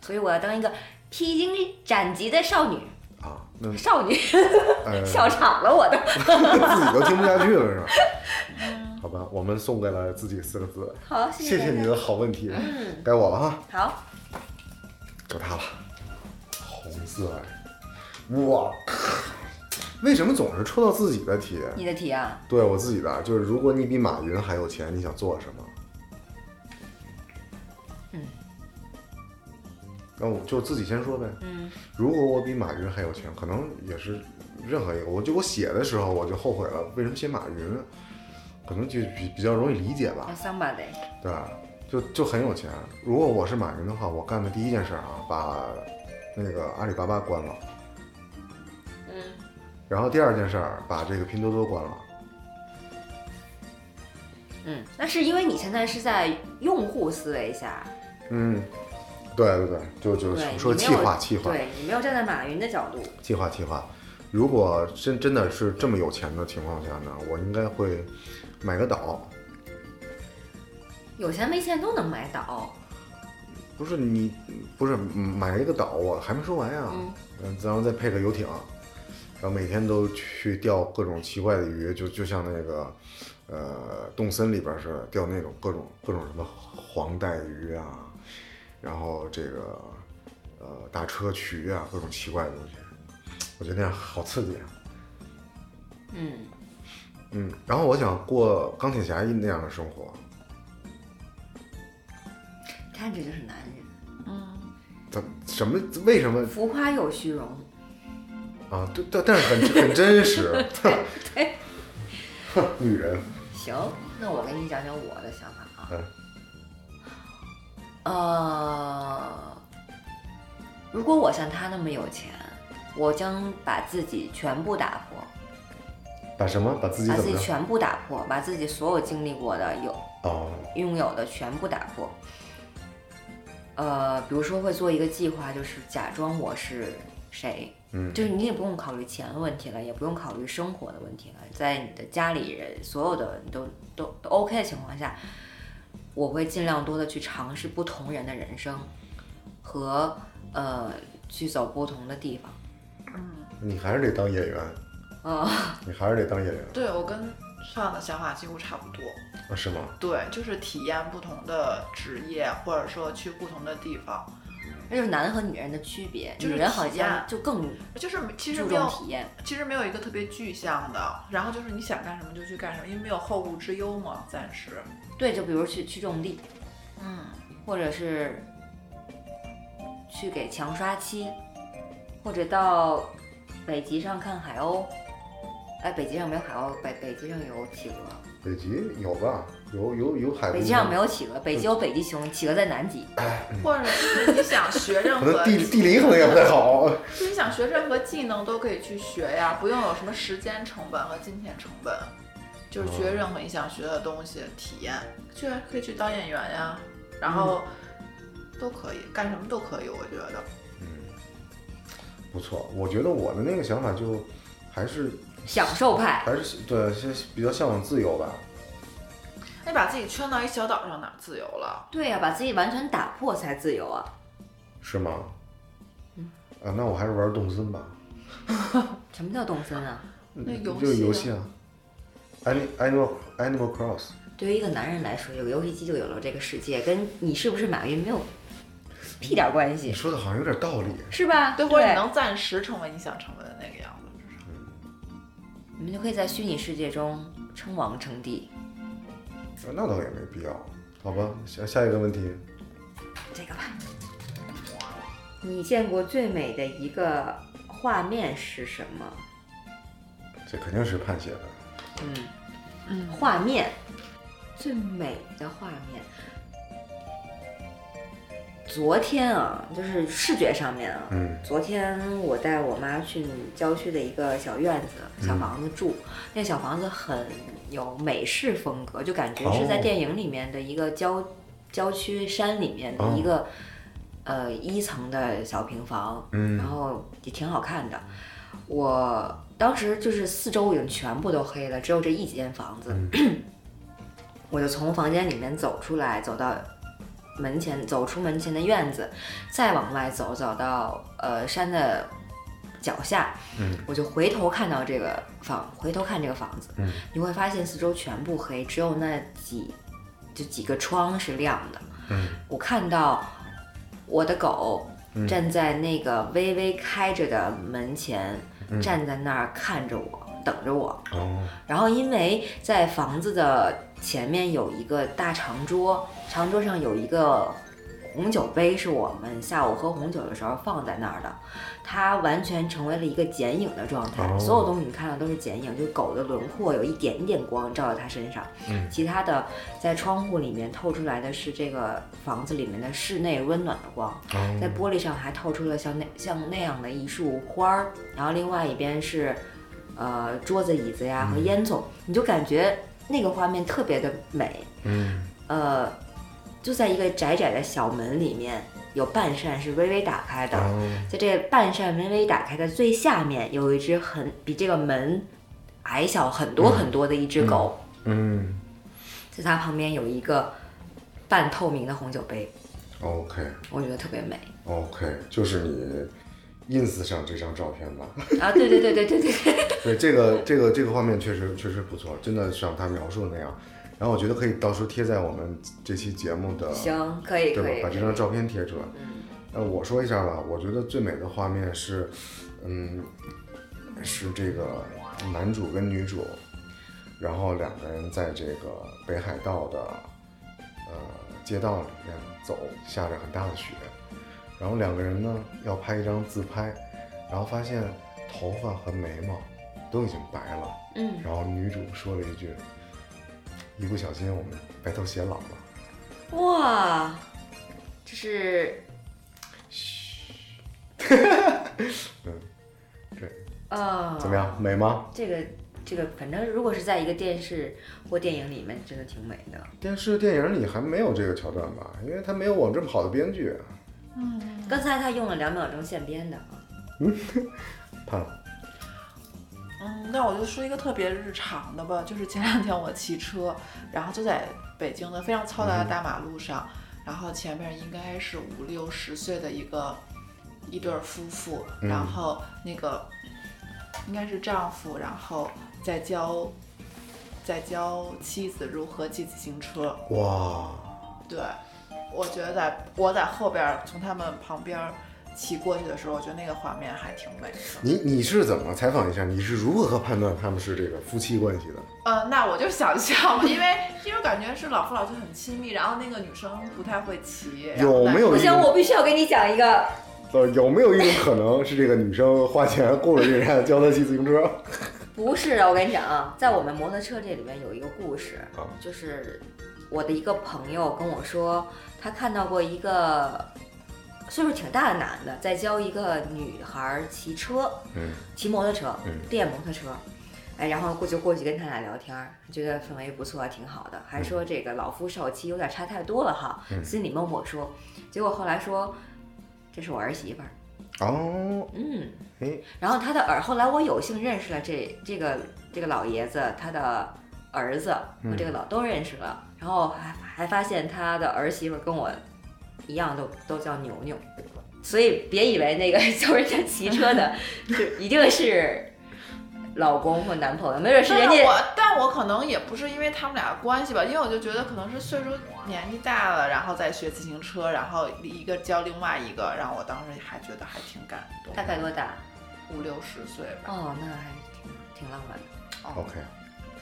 [SPEAKER 1] 所以我要当一个披荆斩棘的少女。
[SPEAKER 3] 啊。那
[SPEAKER 1] 少女
[SPEAKER 3] 呃，
[SPEAKER 1] 笑场了，我都。
[SPEAKER 3] 自己都听不下去了，是吧？好吧，我们送给了自己四个字，
[SPEAKER 1] 好，
[SPEAKER 3] 嗯谢嗯谢
[SPEAKER 1] 大
[SPEAKER 3] 你哦
[SPEAKER 1] 家
[SPEAKER 3] 的好问题，该我了哈，
[SPEAKER 1] 好，
[SPEAKER 3] 就它了，红色哎，哇，为什么总是抽到自己的题？
[SPEAKER 1] 你的题啊，
[SPEAKER 3] 对我自己的，就是如果你比马云还有钱，你想做什么？
[SPEAKER 1] 嗯，
[SPEAKER 3] 那我就自己先说呗。
[SPEAKER 1] 嗯，
[SPEAKER 3] 如果我比马云还有钱，可能也是任何一个，我就我写的时候我就后悔了，为什么写马云？可能就比比较容易理解吧
[SPEAKER 1] 要。somebody。
[SPEAKER 3] 对吧？就就很有钱。如果我是马云的话，我干的第一件事啊，把那个阿里巴巴关了，
[SPEAKER 1] 嗯，
[SPEAKER 3] 然后第二件事儿把这个拼多多关了。
[SPEAKER 1] 嗯，那是因为你现在是在用户思维下，
[SPEAKER 3] 嗯，对对对，就就
[SPEAKER 1] 对，
[SPEAKER 3] 说
[SPEAKER 1] 你没
[SPEAKER 3] 计
[SPEAKER 1] 有
[SPEAKER 3] 划计划
[SPEAKER 1] 对你没有站在马云的角度，
[SPEAKER 3] 计划计划。如果真真的是这么有钱的情况下呢，我应该会买个岛。
[SPEAKER 1] 有钱没钱都能买到。
[SPEAKER 3] 不是你，不是买一个岛，我还没说完呀、
[SPEAKER 1] 嗯
[SPEAKER 3] 嗯，然后再配个游艇，然后每天都去钓各种奇怪的鱼，就就像那个，呃，动森里边似的，钓那种各种各种什么黄带鱼啊，然后这个呃大车渠啊，各种奇怪的东西，我觉得那样好刺激啊。
[SPEAKER 1] 嗯，
[SPEAKER 3] 嗯，然后我想过钢铁侠一那样的生活，
[SPEAKER 1] 看这就是男人，
[SPEAKER 2] 嗯，
[SPEAKER 3] 怎什么为什么
[SPEAKER 1] 浮夸又虚荣。 [laughs]
[SPEAKER 3] 啊？对，但但是很很真实，
[SPEAKER 1] 对，
[SPEAKER 3] 女人
[SPEAKER 1] 行，那我给你讲讲我的想法啊。
[SPEAKER 3] 嗯
[SPEAKER 1] 呃，如果我像他那么有钱，我将把自己全部打破，
[SPEAKER 3] 把什么把自己
[SPEAKER 1] 把
[SPEAKER 3] 怎
[SPEAKER 1] 自
[SPEAKER 3] 么
[SPEAKER 1] 己
[SPEAKER 3] 着？
[SPEAKER 1] 全部打破，把自己所有经历过的有
[SPEAKER 3] 哦，
[SPEAKER 1] 拥有的全部打破。呃，比如说会做一个计划，就是假装我是谁，
[SPEAKER 3] 嗯
[SPEAKER 1] 就是你也不用考虑钱的问题了，也不用考虑生活的问题了，在你的家里人所有的都都都 OK 的情况下，我会尽量多的去尝试不同人的人生，和呃去走不同的地方。 [laughs]
[SPEAKER 3] 你还是得当演员，
[SPEAKER 1] 呃，
[SPEAKER 3] 你还是得当演员
[SPEAKER 2] 对我跟上的想法几乎差不多。
[SPEAKER 3] 啊？是吗？
[SPEAKER 2] 对，就是体验不同的职业，或者说去不同的地方，
[SPEAKER 1] 那就是男和女人的区别，
[SPEAKER 2] 就是
[SPEAKER 1] 女人好
[SPEAKER 2] 体验
[SPEAKER 1] 像就更
[SPEAKER 2] 就是其实
[SPEAKER 1] 注
[SPEAKER 2] 没
[SPEAKER 1] 重
[SPEAKER 2] 有，
[SPEAKER 1] 体验。
[SPEAKER 2] 其实没有一个特别具象的。然后就是你想干什么就去干什么，因为没有后顾之忧嘛，暂时。
[SPEAKER 1] 对，就比如去去种地，
[SPEAKER 2] 嗯，
[SPEAKER 1] 或者是去给墙刷漆，或者到北极上看海鸥。哎，北极上没有海鸥，北北极上有企鹅，
[SPEAKER 3] 北极有吧？有有有海。
[SPEAKER 1] 北极上没。有企鹅，北
[SPEAKER 2] 嗯
[SPEAKER 1] 极有北极熊，企鹅在南极。
[SPEAKER 2] 或者是你想学任
[SPEAKER 3] 嗯 [laughs] 可
[SPEAKER 2] 何
[SPEAKER 3] 能，地地理可能也不太好。
[SPEAKER 2] 就是你想学任何技能都可以去学呀，不用有什么时间成本和金钱成本，就是学任何你想学的东西，体验，去可以去当演员呀，然
[SPEAKER 3] 嗯
[SPEAKER 2] 后都可以干什么都可以，我觉得。
[SPEAKER 3] 不错，我觉得我的那个想法就还是
[SPEAKER 1] 享受派，
[SPEAKER 3] 还是对，是比较向往自由吧。
[SPEAKER 2] 那把自己圈到一小岛上，哪儿自由了？
[SPEAKER 1] 对呀、把自己完全打破才自由啊！
[SPEAKER 3] 是吗？
[SPEAKER 1] 嗯
[SPEAKER 3] 啊，那我还是玩动森吧，
[SPEAKER 1] 什么叫动森啊？
[SPEAKER 2] 那游戏呢
[SPEAKER 3] 就是游戏啊，Ani-，Animal Animal Cross，
[SPEAKER 1] 对于一个男人来说，有个游戏机就有了这个世界，跟你是不是马云没有屁点儿关
[SPEAKER 3] 你
[SPEAKER 1] 系，
[SPEAKER 3] 说的好像有点道理。
[SPEAKER 1] 是吧？
[SPEAKER 2] 嗯对，或者你能暂时成为你想成为的那个样子，至少
[SPEAKER 1] 你们就可以在虚拟世界中称王称帝。
[SPEAKER 3] 啊那倒也没必要，好吧。下下一个问题，
[SPEAKER 1] 这个吧。你见过最美的一个画面是什么？
[SPEAKER 3] 这肯定是判写的。
[SPEAKER 1] 嗯嗯，画面，最美的画面。昨天啊，就是视觉上面啊，
[SPEAKER 3] 嗯
[SPEAKER 1] 昨天我带我妈去郊区的一个小院子、
[SPEAKER 3] 嗯
[SPEAKER 1] 小房子住，那小房子很有美式风格，就感觉是在
[SPEAKER 3] 哦
[SPEAKER 1] 电影里面的一个郊、郊区山里面的
[SPEAKER 3] 哦
[SPEAKER 1] 一个、呃一层的小平房，然
[SPEAKER 3] 嗯
[SPEAKER 1] 后也挺好看的。我当时就是四周已经全部都黑了，只有这一间房子。
[SPEAKER 3] 嗯
[SPEAKER 1] [clears throat] 我就从房间里面走出来，走到门前，走出门前的院子，再往外走，走到呃山的脚下，
[SPEAKER 3] 嗯，
[SPEAKER 1] 我就回头看到这个房，回头看这个房子，
[SPEAKER 3] 嗯，
[SPEAKER 1] 你会发现四周全部黑，只有那几就几个窗是亮的。
[SPEAKER 3] 嗯，
[SPEAKER 1] 我看到我的狗
[SPEAKER 3] 嗯
[SPEAKER 1] 站在那个微微开着的门前，
[SPEAKER 3] 嗯
[SPEAKER 1] 站在那儿看着我，等着我。
[SPEAKER 3] 哦，
[SPEAKER 1] 然后因为在房子的前面有一个大长桌，长桌上有一个红酒杯，是我们下午喝红酒的时候放在那儿的，它完全成为了一个剪影的状态，
[SPEAKER 3] 哦
[SPEAKER 1] 所有东西你看到都是剪影，就狗的轮廓有一点一点光照到它身上，
[SPEAKER 3] 嗯
[SPEAKER 1] 其他的在窗户里面透出来的是这个房子里面的室内温暖的光。在
[SPEAKER 3] 哦，
[SPEAKER 1] 玻璃上还透出了像那像那样的一束花儿，然后另外一边是，呃，桌子、椅子呀
[SPEAKER 3] 嗯
[SPEAKER 1] 和烟囱，你就感觉那个画面特别的美。
[SPEAKER 3] 嗯
[SPEAKER 1] 呃，就在一个窄窄的小门里面，有半扇是微微打开的，
[SPEAKER 3] 哦，
[SPEAKER 1] 在这半扇微微打开的最下面，有一只很比这个门矮小很多
[SPEAKER 3] 嗯
[SPEAKER 1] 很多的一只狗，
[SPEAKER 3] 嗯
[SPEAKER 1] 在它旁边有一个半透明的红酒杯，
[SPEAKER 3] ，OK
[SPEAKER 1] 我觉得特别美。
[SPEAKER 3] OK，就是你 ins 上这张照片吧。 [laughs]
[SPEAKER 1] 啊，对对对对对对。
[SPEAKER 3] 对这个这个这个画面确实确实不错，真的像他描述的那样。然后我觉得可以到时候贴在我们这期节目的，
[SPEAKER 1] 行，可以
[SPEAKER 3] 对
[SPEAKER 1] 可
[SPEAKER 3] 吧
[SPEAKER 1] 以，？
[SPEAKER 3] 把这张照片贴出来。那呃我说一下吧，我觉得最美的画面是，嗯，是这个男主跟女主，然后两个人在这个北海道的呃街道里面走，下着很大的雪，然后两个人呢要拍一张自拍，然后发现头发和眉毛都已经白了，
[SPEAKER 1] 嗯
[SPEAKER 3] 然后女主说了一句：“一不小心我们白头偕老了。
[SPEAKER 1] 哇，这是，
[SPEAKER 3] [laughs] 嗯，对，
[SPEAKER 1] 啊，
[SPEAKER 3] 怎么样？？美吗？
[SPEAKER 1] 这个这个，反正如果是在一个电视或电影里面，真的挺美的。
[SPEAKER 3] 电视电影里还没有这个桥段吧？因为他没有我们这么好的编剧。啊
[SPEAKER 1] 刚才他用了两秒钟现编的啊，
[SPEAKER 3] 潘，
[SPEAKER 2] 嗯，那我就说一个特别日常的吧，就是前两天我骑车，然后就在北京的非常嘈杂的大马路上，然后前面应该是五六十岁的一个一对儿夫妇，
[SPEAKER 3] 嗯
[SPEAKER 2] 然后那个应该是丈夫，然后在教在教妻子如何骑自行车。
[SPEAKER 3] 哇，
[SPEAKER 2] 对，我觉得在我在后边儿从他们旁边儿骑过去的时候，我觉得那个画面还挺美的。
[SPEAKER 3] 你你是怎么采访一下？你是如何判断他们是这个夫妻关系的？
[SPEAKER 2] 呃，那我就想笑 [laughs] 嘛，因为因为感觉是老夫老妻很亲密，然后那个女生不太会骑，然后
[SPEAKER 3] 有
[SPEAKER 2] 但
[SPEAKER 3] 没有
[SPEAKER 1] 不
[SPEAKER 3] 一
[SPEAKER 1] 行，我
[SPEAKER 3] 种
[SPEAKER 1] 必须要给你讲一个。
[SPEAKER 3] 呃有没有一种可能是这个女生花钱雇了这个人教她骑自行车？
[SPEAKER 1] 不是，我跟你讲
[SPEAKER 3] 嗯
[SPEAKER 1] 啊，在我们摩托车这里面有一个故事
[SPEAKER 3] 啊，
[SPEAKER 1] 就是我的一个朋友跟我说，他看到过一个岁数挺大的男的在教一个女孩儿骑车，
[SPEAKER 3] 嗯，
[SPEAKER 1] 骑摩托车
[SPEAKER 3] 嗯，
[SPEAKER 1] 电摩托车。哎，然后过就过去跟他俩聊天儿，觉得氛围不错，挺好的，还说这个老夫少妻有点差太多了哈，
[SPEAKER 3] 嗯
[SPEAKER 1] 心里默默说。结果后来说，这是我儿媳妇儿，
[SPEAKER 3] 哦，
[SPEAKER 1] 嗯
[SPEAKER 3] 哎，
[SPEAKER 1] 然后他的儿，后来我有幸认识了这这个这个老爷子，他的儿子
[SPEAKER 3] 嗯
[SPEAKER 1] 和这个老都认识了，然后还还发现他的儿媳妇跟我一样都都叫牛牛，所以别以为那个 [laughs] 教人家骑车
[SPEAKER 3] [laughs]
[SPEAKER 1] 的就一定是老公或男朋友，没准是人
[SPEAKER 2] 但
[SPEAKER 1] 家
[SPEAKER 2] 我但我可能也不是因为他们俩的关系吧，因为我就觉得可能是岁数年纪大了，然后再学自行车，然后一个教另外一个，然后我当时还觉得还挺感动，
[SPEAKER 1] 大概多大？
[SPEAKER 2] 五六十岁吧。
[SPEAKER 1] 哦，那还挺挺浪漫的，
[SPEAKER 2] 哦，
[SPEAKER 3] ，OK，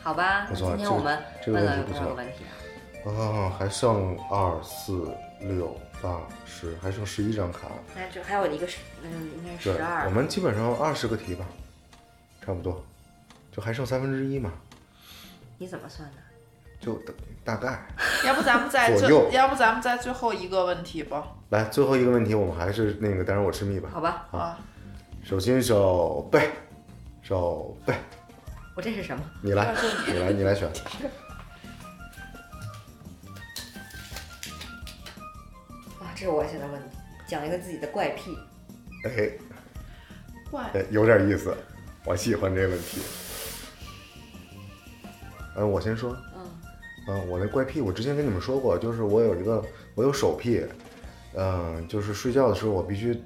[SPEAKER 1] 好吧？
[SPEAKER 3] 不
[SPEAKER 1] 那
[SPEAKER 3] 错
[SPEAKER 1] 今天
[SPEAKER 3] 这个
[SPEAKER 1] 我们
[SPEAKER 3] 这个
[SPEAKER 1] 问
[SPEAKER 3] 问
[SPEAKER 1] 了有
[SPEAKER 3] 题不
[SPEAKER 1] 多少个
[SPEAKER 3] 错。
[SPEAKER 1] 问题啊？
[SPEAKER 3] 啊，还剩二四六八十，还剩十一张卡。
[SPEAKER 1] 那就还有一个十，嗯，应该是
[SPEAKER 3] 对
[SPEAKER 1] 十，二
[SPEAKER 3] 我。们基本上二十个题吧，差不多，就还剩三分之一嘛，
[SPEAKER 1] 你怎么算的？
[SPEAKER 3] 就大概。
[SPEAKER 2] 要不咱们在
[SPEAKER 3] 左
[SPEAKER 2] 最
[SPEAKER 3] 右，
[SPEAKER 2] 要不咱们在最后一个问题吧。
[SPEAKER 3] 来，最后一个问题，我们还是那个，当然我吃蜜吧。
[SPEAKER 1] 好吧，
[SPEAKER 2] 啊，
[SPEAKER 3] 手心手背，手背，
[SPEAKER 1] 我这是什么？
[SPEAKER 3] 你来，你来，你来选。
[SPEAKER 1] 啊，这是我现在问你，讲一个自己的怪癖。
[SPEAKER 3] 哎，
[SPEAKER 2] 怪
[SPEAKER 3] 哎有点意思，我喜欢这问题。嗯，我先说，
[SPEAKER 1] 嗯，
[SPEAKER 3] 嗯，我那怪癖，我之前跟你们说过，就是我有一个，我有手癖，嗯、就是睡觉的时候我必须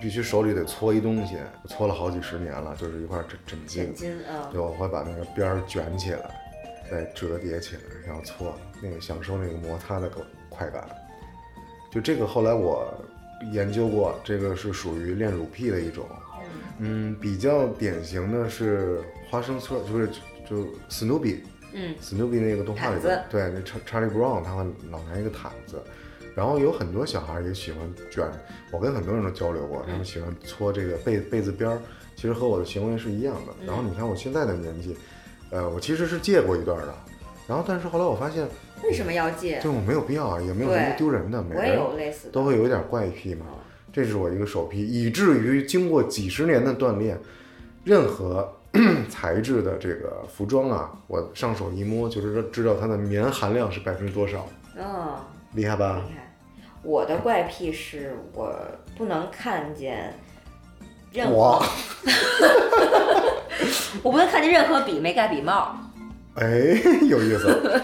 [SPEAKER 3] 必须手里得搓一东西，搓了好几十年了，就是一块枕枕巾
[SPEAKER 1] 枕，巾啊，
[SPEAKER 3] 对，我会把那个边儿卷起来，再折叠起来，然后搓，那个享受那个摩擦的快感。就这个后来我研究过，这个是属于恋乳癖的一种。嗯，比较典型的是花生车，就是就就史努比，
[SPEAKER 1] 嗯，
[SPEAKER 3] 史努比那个动画里
[SPEAKER 1] 毯子
[SPEAKER 3] 边，对，那查查理布朗他会老拿一个毯子，然后有很多小孩也喜欢卷，我跟很多人都交流过，
[SPEAKER 1] 嗯
[SPEAKER 3] 他们喜欢搓这个被被子边儿，其实和我的行为是一样
[SPEAKER 1] 嗯
[SPEAKER 3] 的。然后你看我现在的年纪，呃，我其实是戒过一段的，然后但是后来我发现，
[SPEAKER 1] 为什么要戒？
[SPEAKER 3] 对我没有必要啊，也没有什么
[SPEAKER 1] 对
[SPEAKER 3] 丢人的，每
[SPEAKER 1] 我
[SPEAKER 3] 个
[SPEAKER 1] 也
[SPEAKER 3] 人
[SPEAKER 1] 有类似的。
[SPEAKER 3] 都会有一点怪癖嘛。
[SPEAKER 1] 嗯
[SPEAKER 3] 这是我一个首批，以至于经过几十年的锻炼，任何 [coughs] 材质的这个服装啊，我上手一摸就是知道它的棉含量是百分之多少，
[SPEAKER 1] 嗯，
[SPEAKER 3] 厉害吧？
[SPEAKER 1] 厉害。我的怪癖是我不能看见任何
[SPEAKER 3] 我，
[SPEAKER 1] 我不能看见任何笔没盖笔帽，
[SPEAKER 3] 哎， [laughs] 有意思，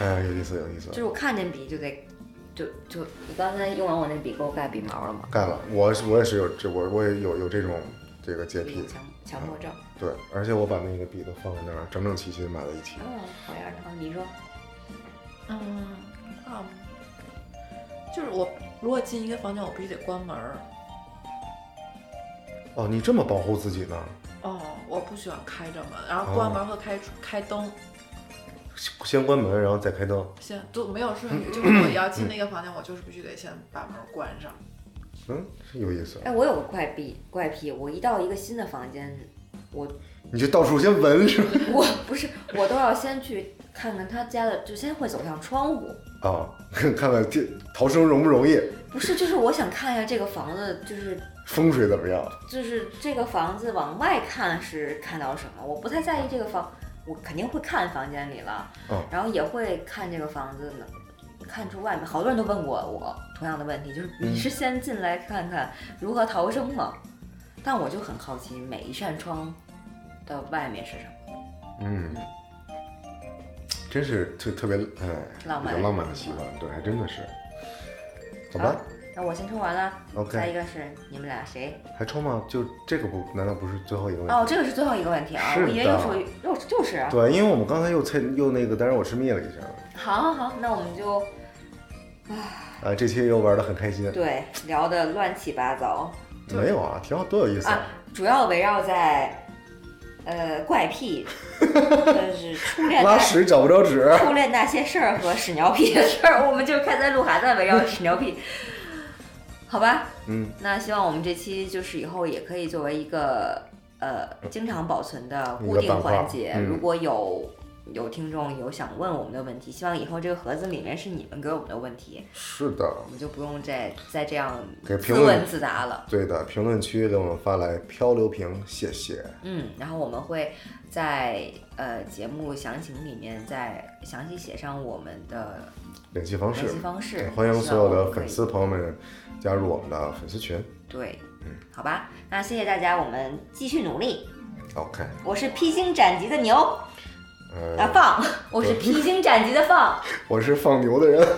[SPEAKER 3] 哎，有意思，有意思
[SPEAKER 1] 就，是我看见笔就得，就就你刚才用完我那笔给我盖笔毛了吗？
[SPEAKER 3] 干了，我是我也是有这我我也有有这种这个洁癖
[SPEAKER 1] 有，强强迫症。
[SPEAKER 3] 对，而且我把那个笔都放在那儿，整整齐齐的买在一起，
[SPEAKER 1] 嗯，好样的啊！你说，
[SPEAKER 2] 嗯，啊，就是我如果进一个房间，我必须得关门儿。
[SPEAKER 3] 哦，你这么保护自己呢？
[SPEAKER 2] 哦，我不喜欢开着门，然后关门和开、开灯，
[SPEAKER 3] 先关门，然后再开灯，
[SPEAKER 2] 先都没有顺序，就是我要进那个房间，我就是必须得先把门关上。
[SPEAKER 3] 嗯，有意思，
[SPEAKER 1] 哎，我有个怪癖，怪癖，我一到一个新的房间，
[SPEAKER 3] 你就到处先闻是吧？
[SPEAKER 1] 我不是，我都要先去看看他家的，就先会走向窗户。
[SPEAKER 3] 啊， [laughs] 看看这逃生容不容易，
[SPEAKER 1] 不是，就是我想看一下这个房子，就是
[SPEAKER 3] 风水怎么样？
[SPEAKER 1] 就是这个房子往外看是看到什么，我不太在意这个房，我肯定会看房间里了，
[SPEAKER 3] 嗯
[SPEAKER 1] 然后也会看这个房子呢，看出外面。好多人都问过我同样的问题，就是
[SPEAKER 3] 嗯
[SPEAKER 1] 你是先进来看看如何逃生吗？但我就很好奇，每一扇窗的外面是什么？
[SPEAKER 3] 嗯，真是特特别哎，
[SPEAKER 1] 浪漫
[SPEAKER 3] 有浪漫的习惯，对，还真的是。好吧、
[SPEAKER 1] 好那我先抽完了，
[SPEAKER 3] o
[SPEAKER 1] 下
[SPEAKER 3] k
[SPEAKER 1] 一个是你们俩谁？
[SPEAKER 3] 还抽吗？就这个不，难道不是最后一个问题？
[SPEAKER 1] 哦，这个是最后一个问题啊，
[SPEAKER 3] 是
[SPEAKER 1] 我也
[SPEAKER 3] 的
[SPEAKER 1] 有属于又就是啊，
[SPEAKER 3] 对，因为我们刚才又猜又那个，但是我吃灭了一下，
[SPEAKER 1] 好好好，那我们就
[SPEAKER 3] 啊，这期又玩的很开心，
[SPEAKER 1] 对聊的乱七八糟，
[SPEAKER 2] 对
[SPEAKER 3] 没有啊，挺好，多有意思
[SPEAKER 1] 啊主要围绕在呃怪
[SPEAKER 3] [laughs]
[SPEAKER 1] 癖，就是初恋
[SPEAKER 3] 拉
[SPEAKER 1] 大
[SPEAKER 3] 屎找不着
[SPEAKER 1] [laughs]
[SPEAKER 3] 纸，
[SPEAKER 1] 初恋那些事儿和屎尿屁的事儿，我们就是开在鹿晗在围绕屎尿屁，好吧？
[SPEAKER 3] 嗯，
[SPEAKER 1] 那希望我们这期就是以后也可以作为一个呃经常保存的
[SPEAKER 3] 一
[SPEAKER 1] 固
[SPEAKER 3] 个
[SPEAKER 1] 定
[SPEAKER 3] 板块
[SPEAKER 1] 环节。
[SPEAKER 3] 嗯
[SPEAKER 1] 如果有有听众有想问我们的问题，希望以后这个盒子里面是你们给我们的问题，
[SPEAKER 3] 是的
[SPEAKER 1] 我，们就不用再再这样
[SPEAKER 3] 给评
[SPEAKER 1] 自
[SPEAKER 3] 论
[SPEAKER 1] 问自答了。
[SPEAKER 3] 对的，评论区给我们发来漂流瓶，谢谢，
[SPEAKER 1] 嗯，然后我们会在呃节目详情里面再详细写上我们的
[SPEAKER 3] 联系方式
[SPEAKER 1] 联系，方式
[SPEAKER 3] 对，呃欢迎所有的粉
[SPEAKER 1] 希望
[SPEAKER 3] 丝朋友们加入我们的粉丝群
[SPEAKER 1] 我们可以。对
[SPEAKER 3] 嗯，
[SPEAKER 1] 好吧，那谢谢大家，我们继续努力。
[SPEAKER 3] ，OK，
[SPEAKER 1] 我是披荆斩棘的牛啊
[SPEAKER 3] 呃，
[SPEAKER 1] 放，我是披荆斩棘的放，
[SPEAKER 3] 我是放牛的人。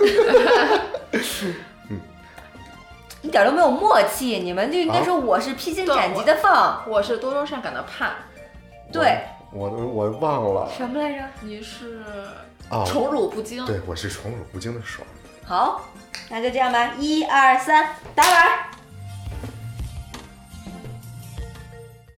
[SPEAKER 1] 一点都没有默契，你们就应该
[SPEAKER 3] 啊
[SPEAKER 1] 说我是披荆斩棘的放，
[SPEAKER 2] 我是多愁善感的盼，
[SPEAKER 1] 对，
[SPEAKER 3] 我都我忘了
[SPEAKER 1] 什么来着？
[SPEAKER 2] 你是
[SPEAKER 3] 啊，
[SPEAKER 2] 宠辱不惊，
[SPEAKER 3] 对，我是宠辱不惊的爽。
[SPEAKER 1] 好，那就这样吧，一二三，打板儿。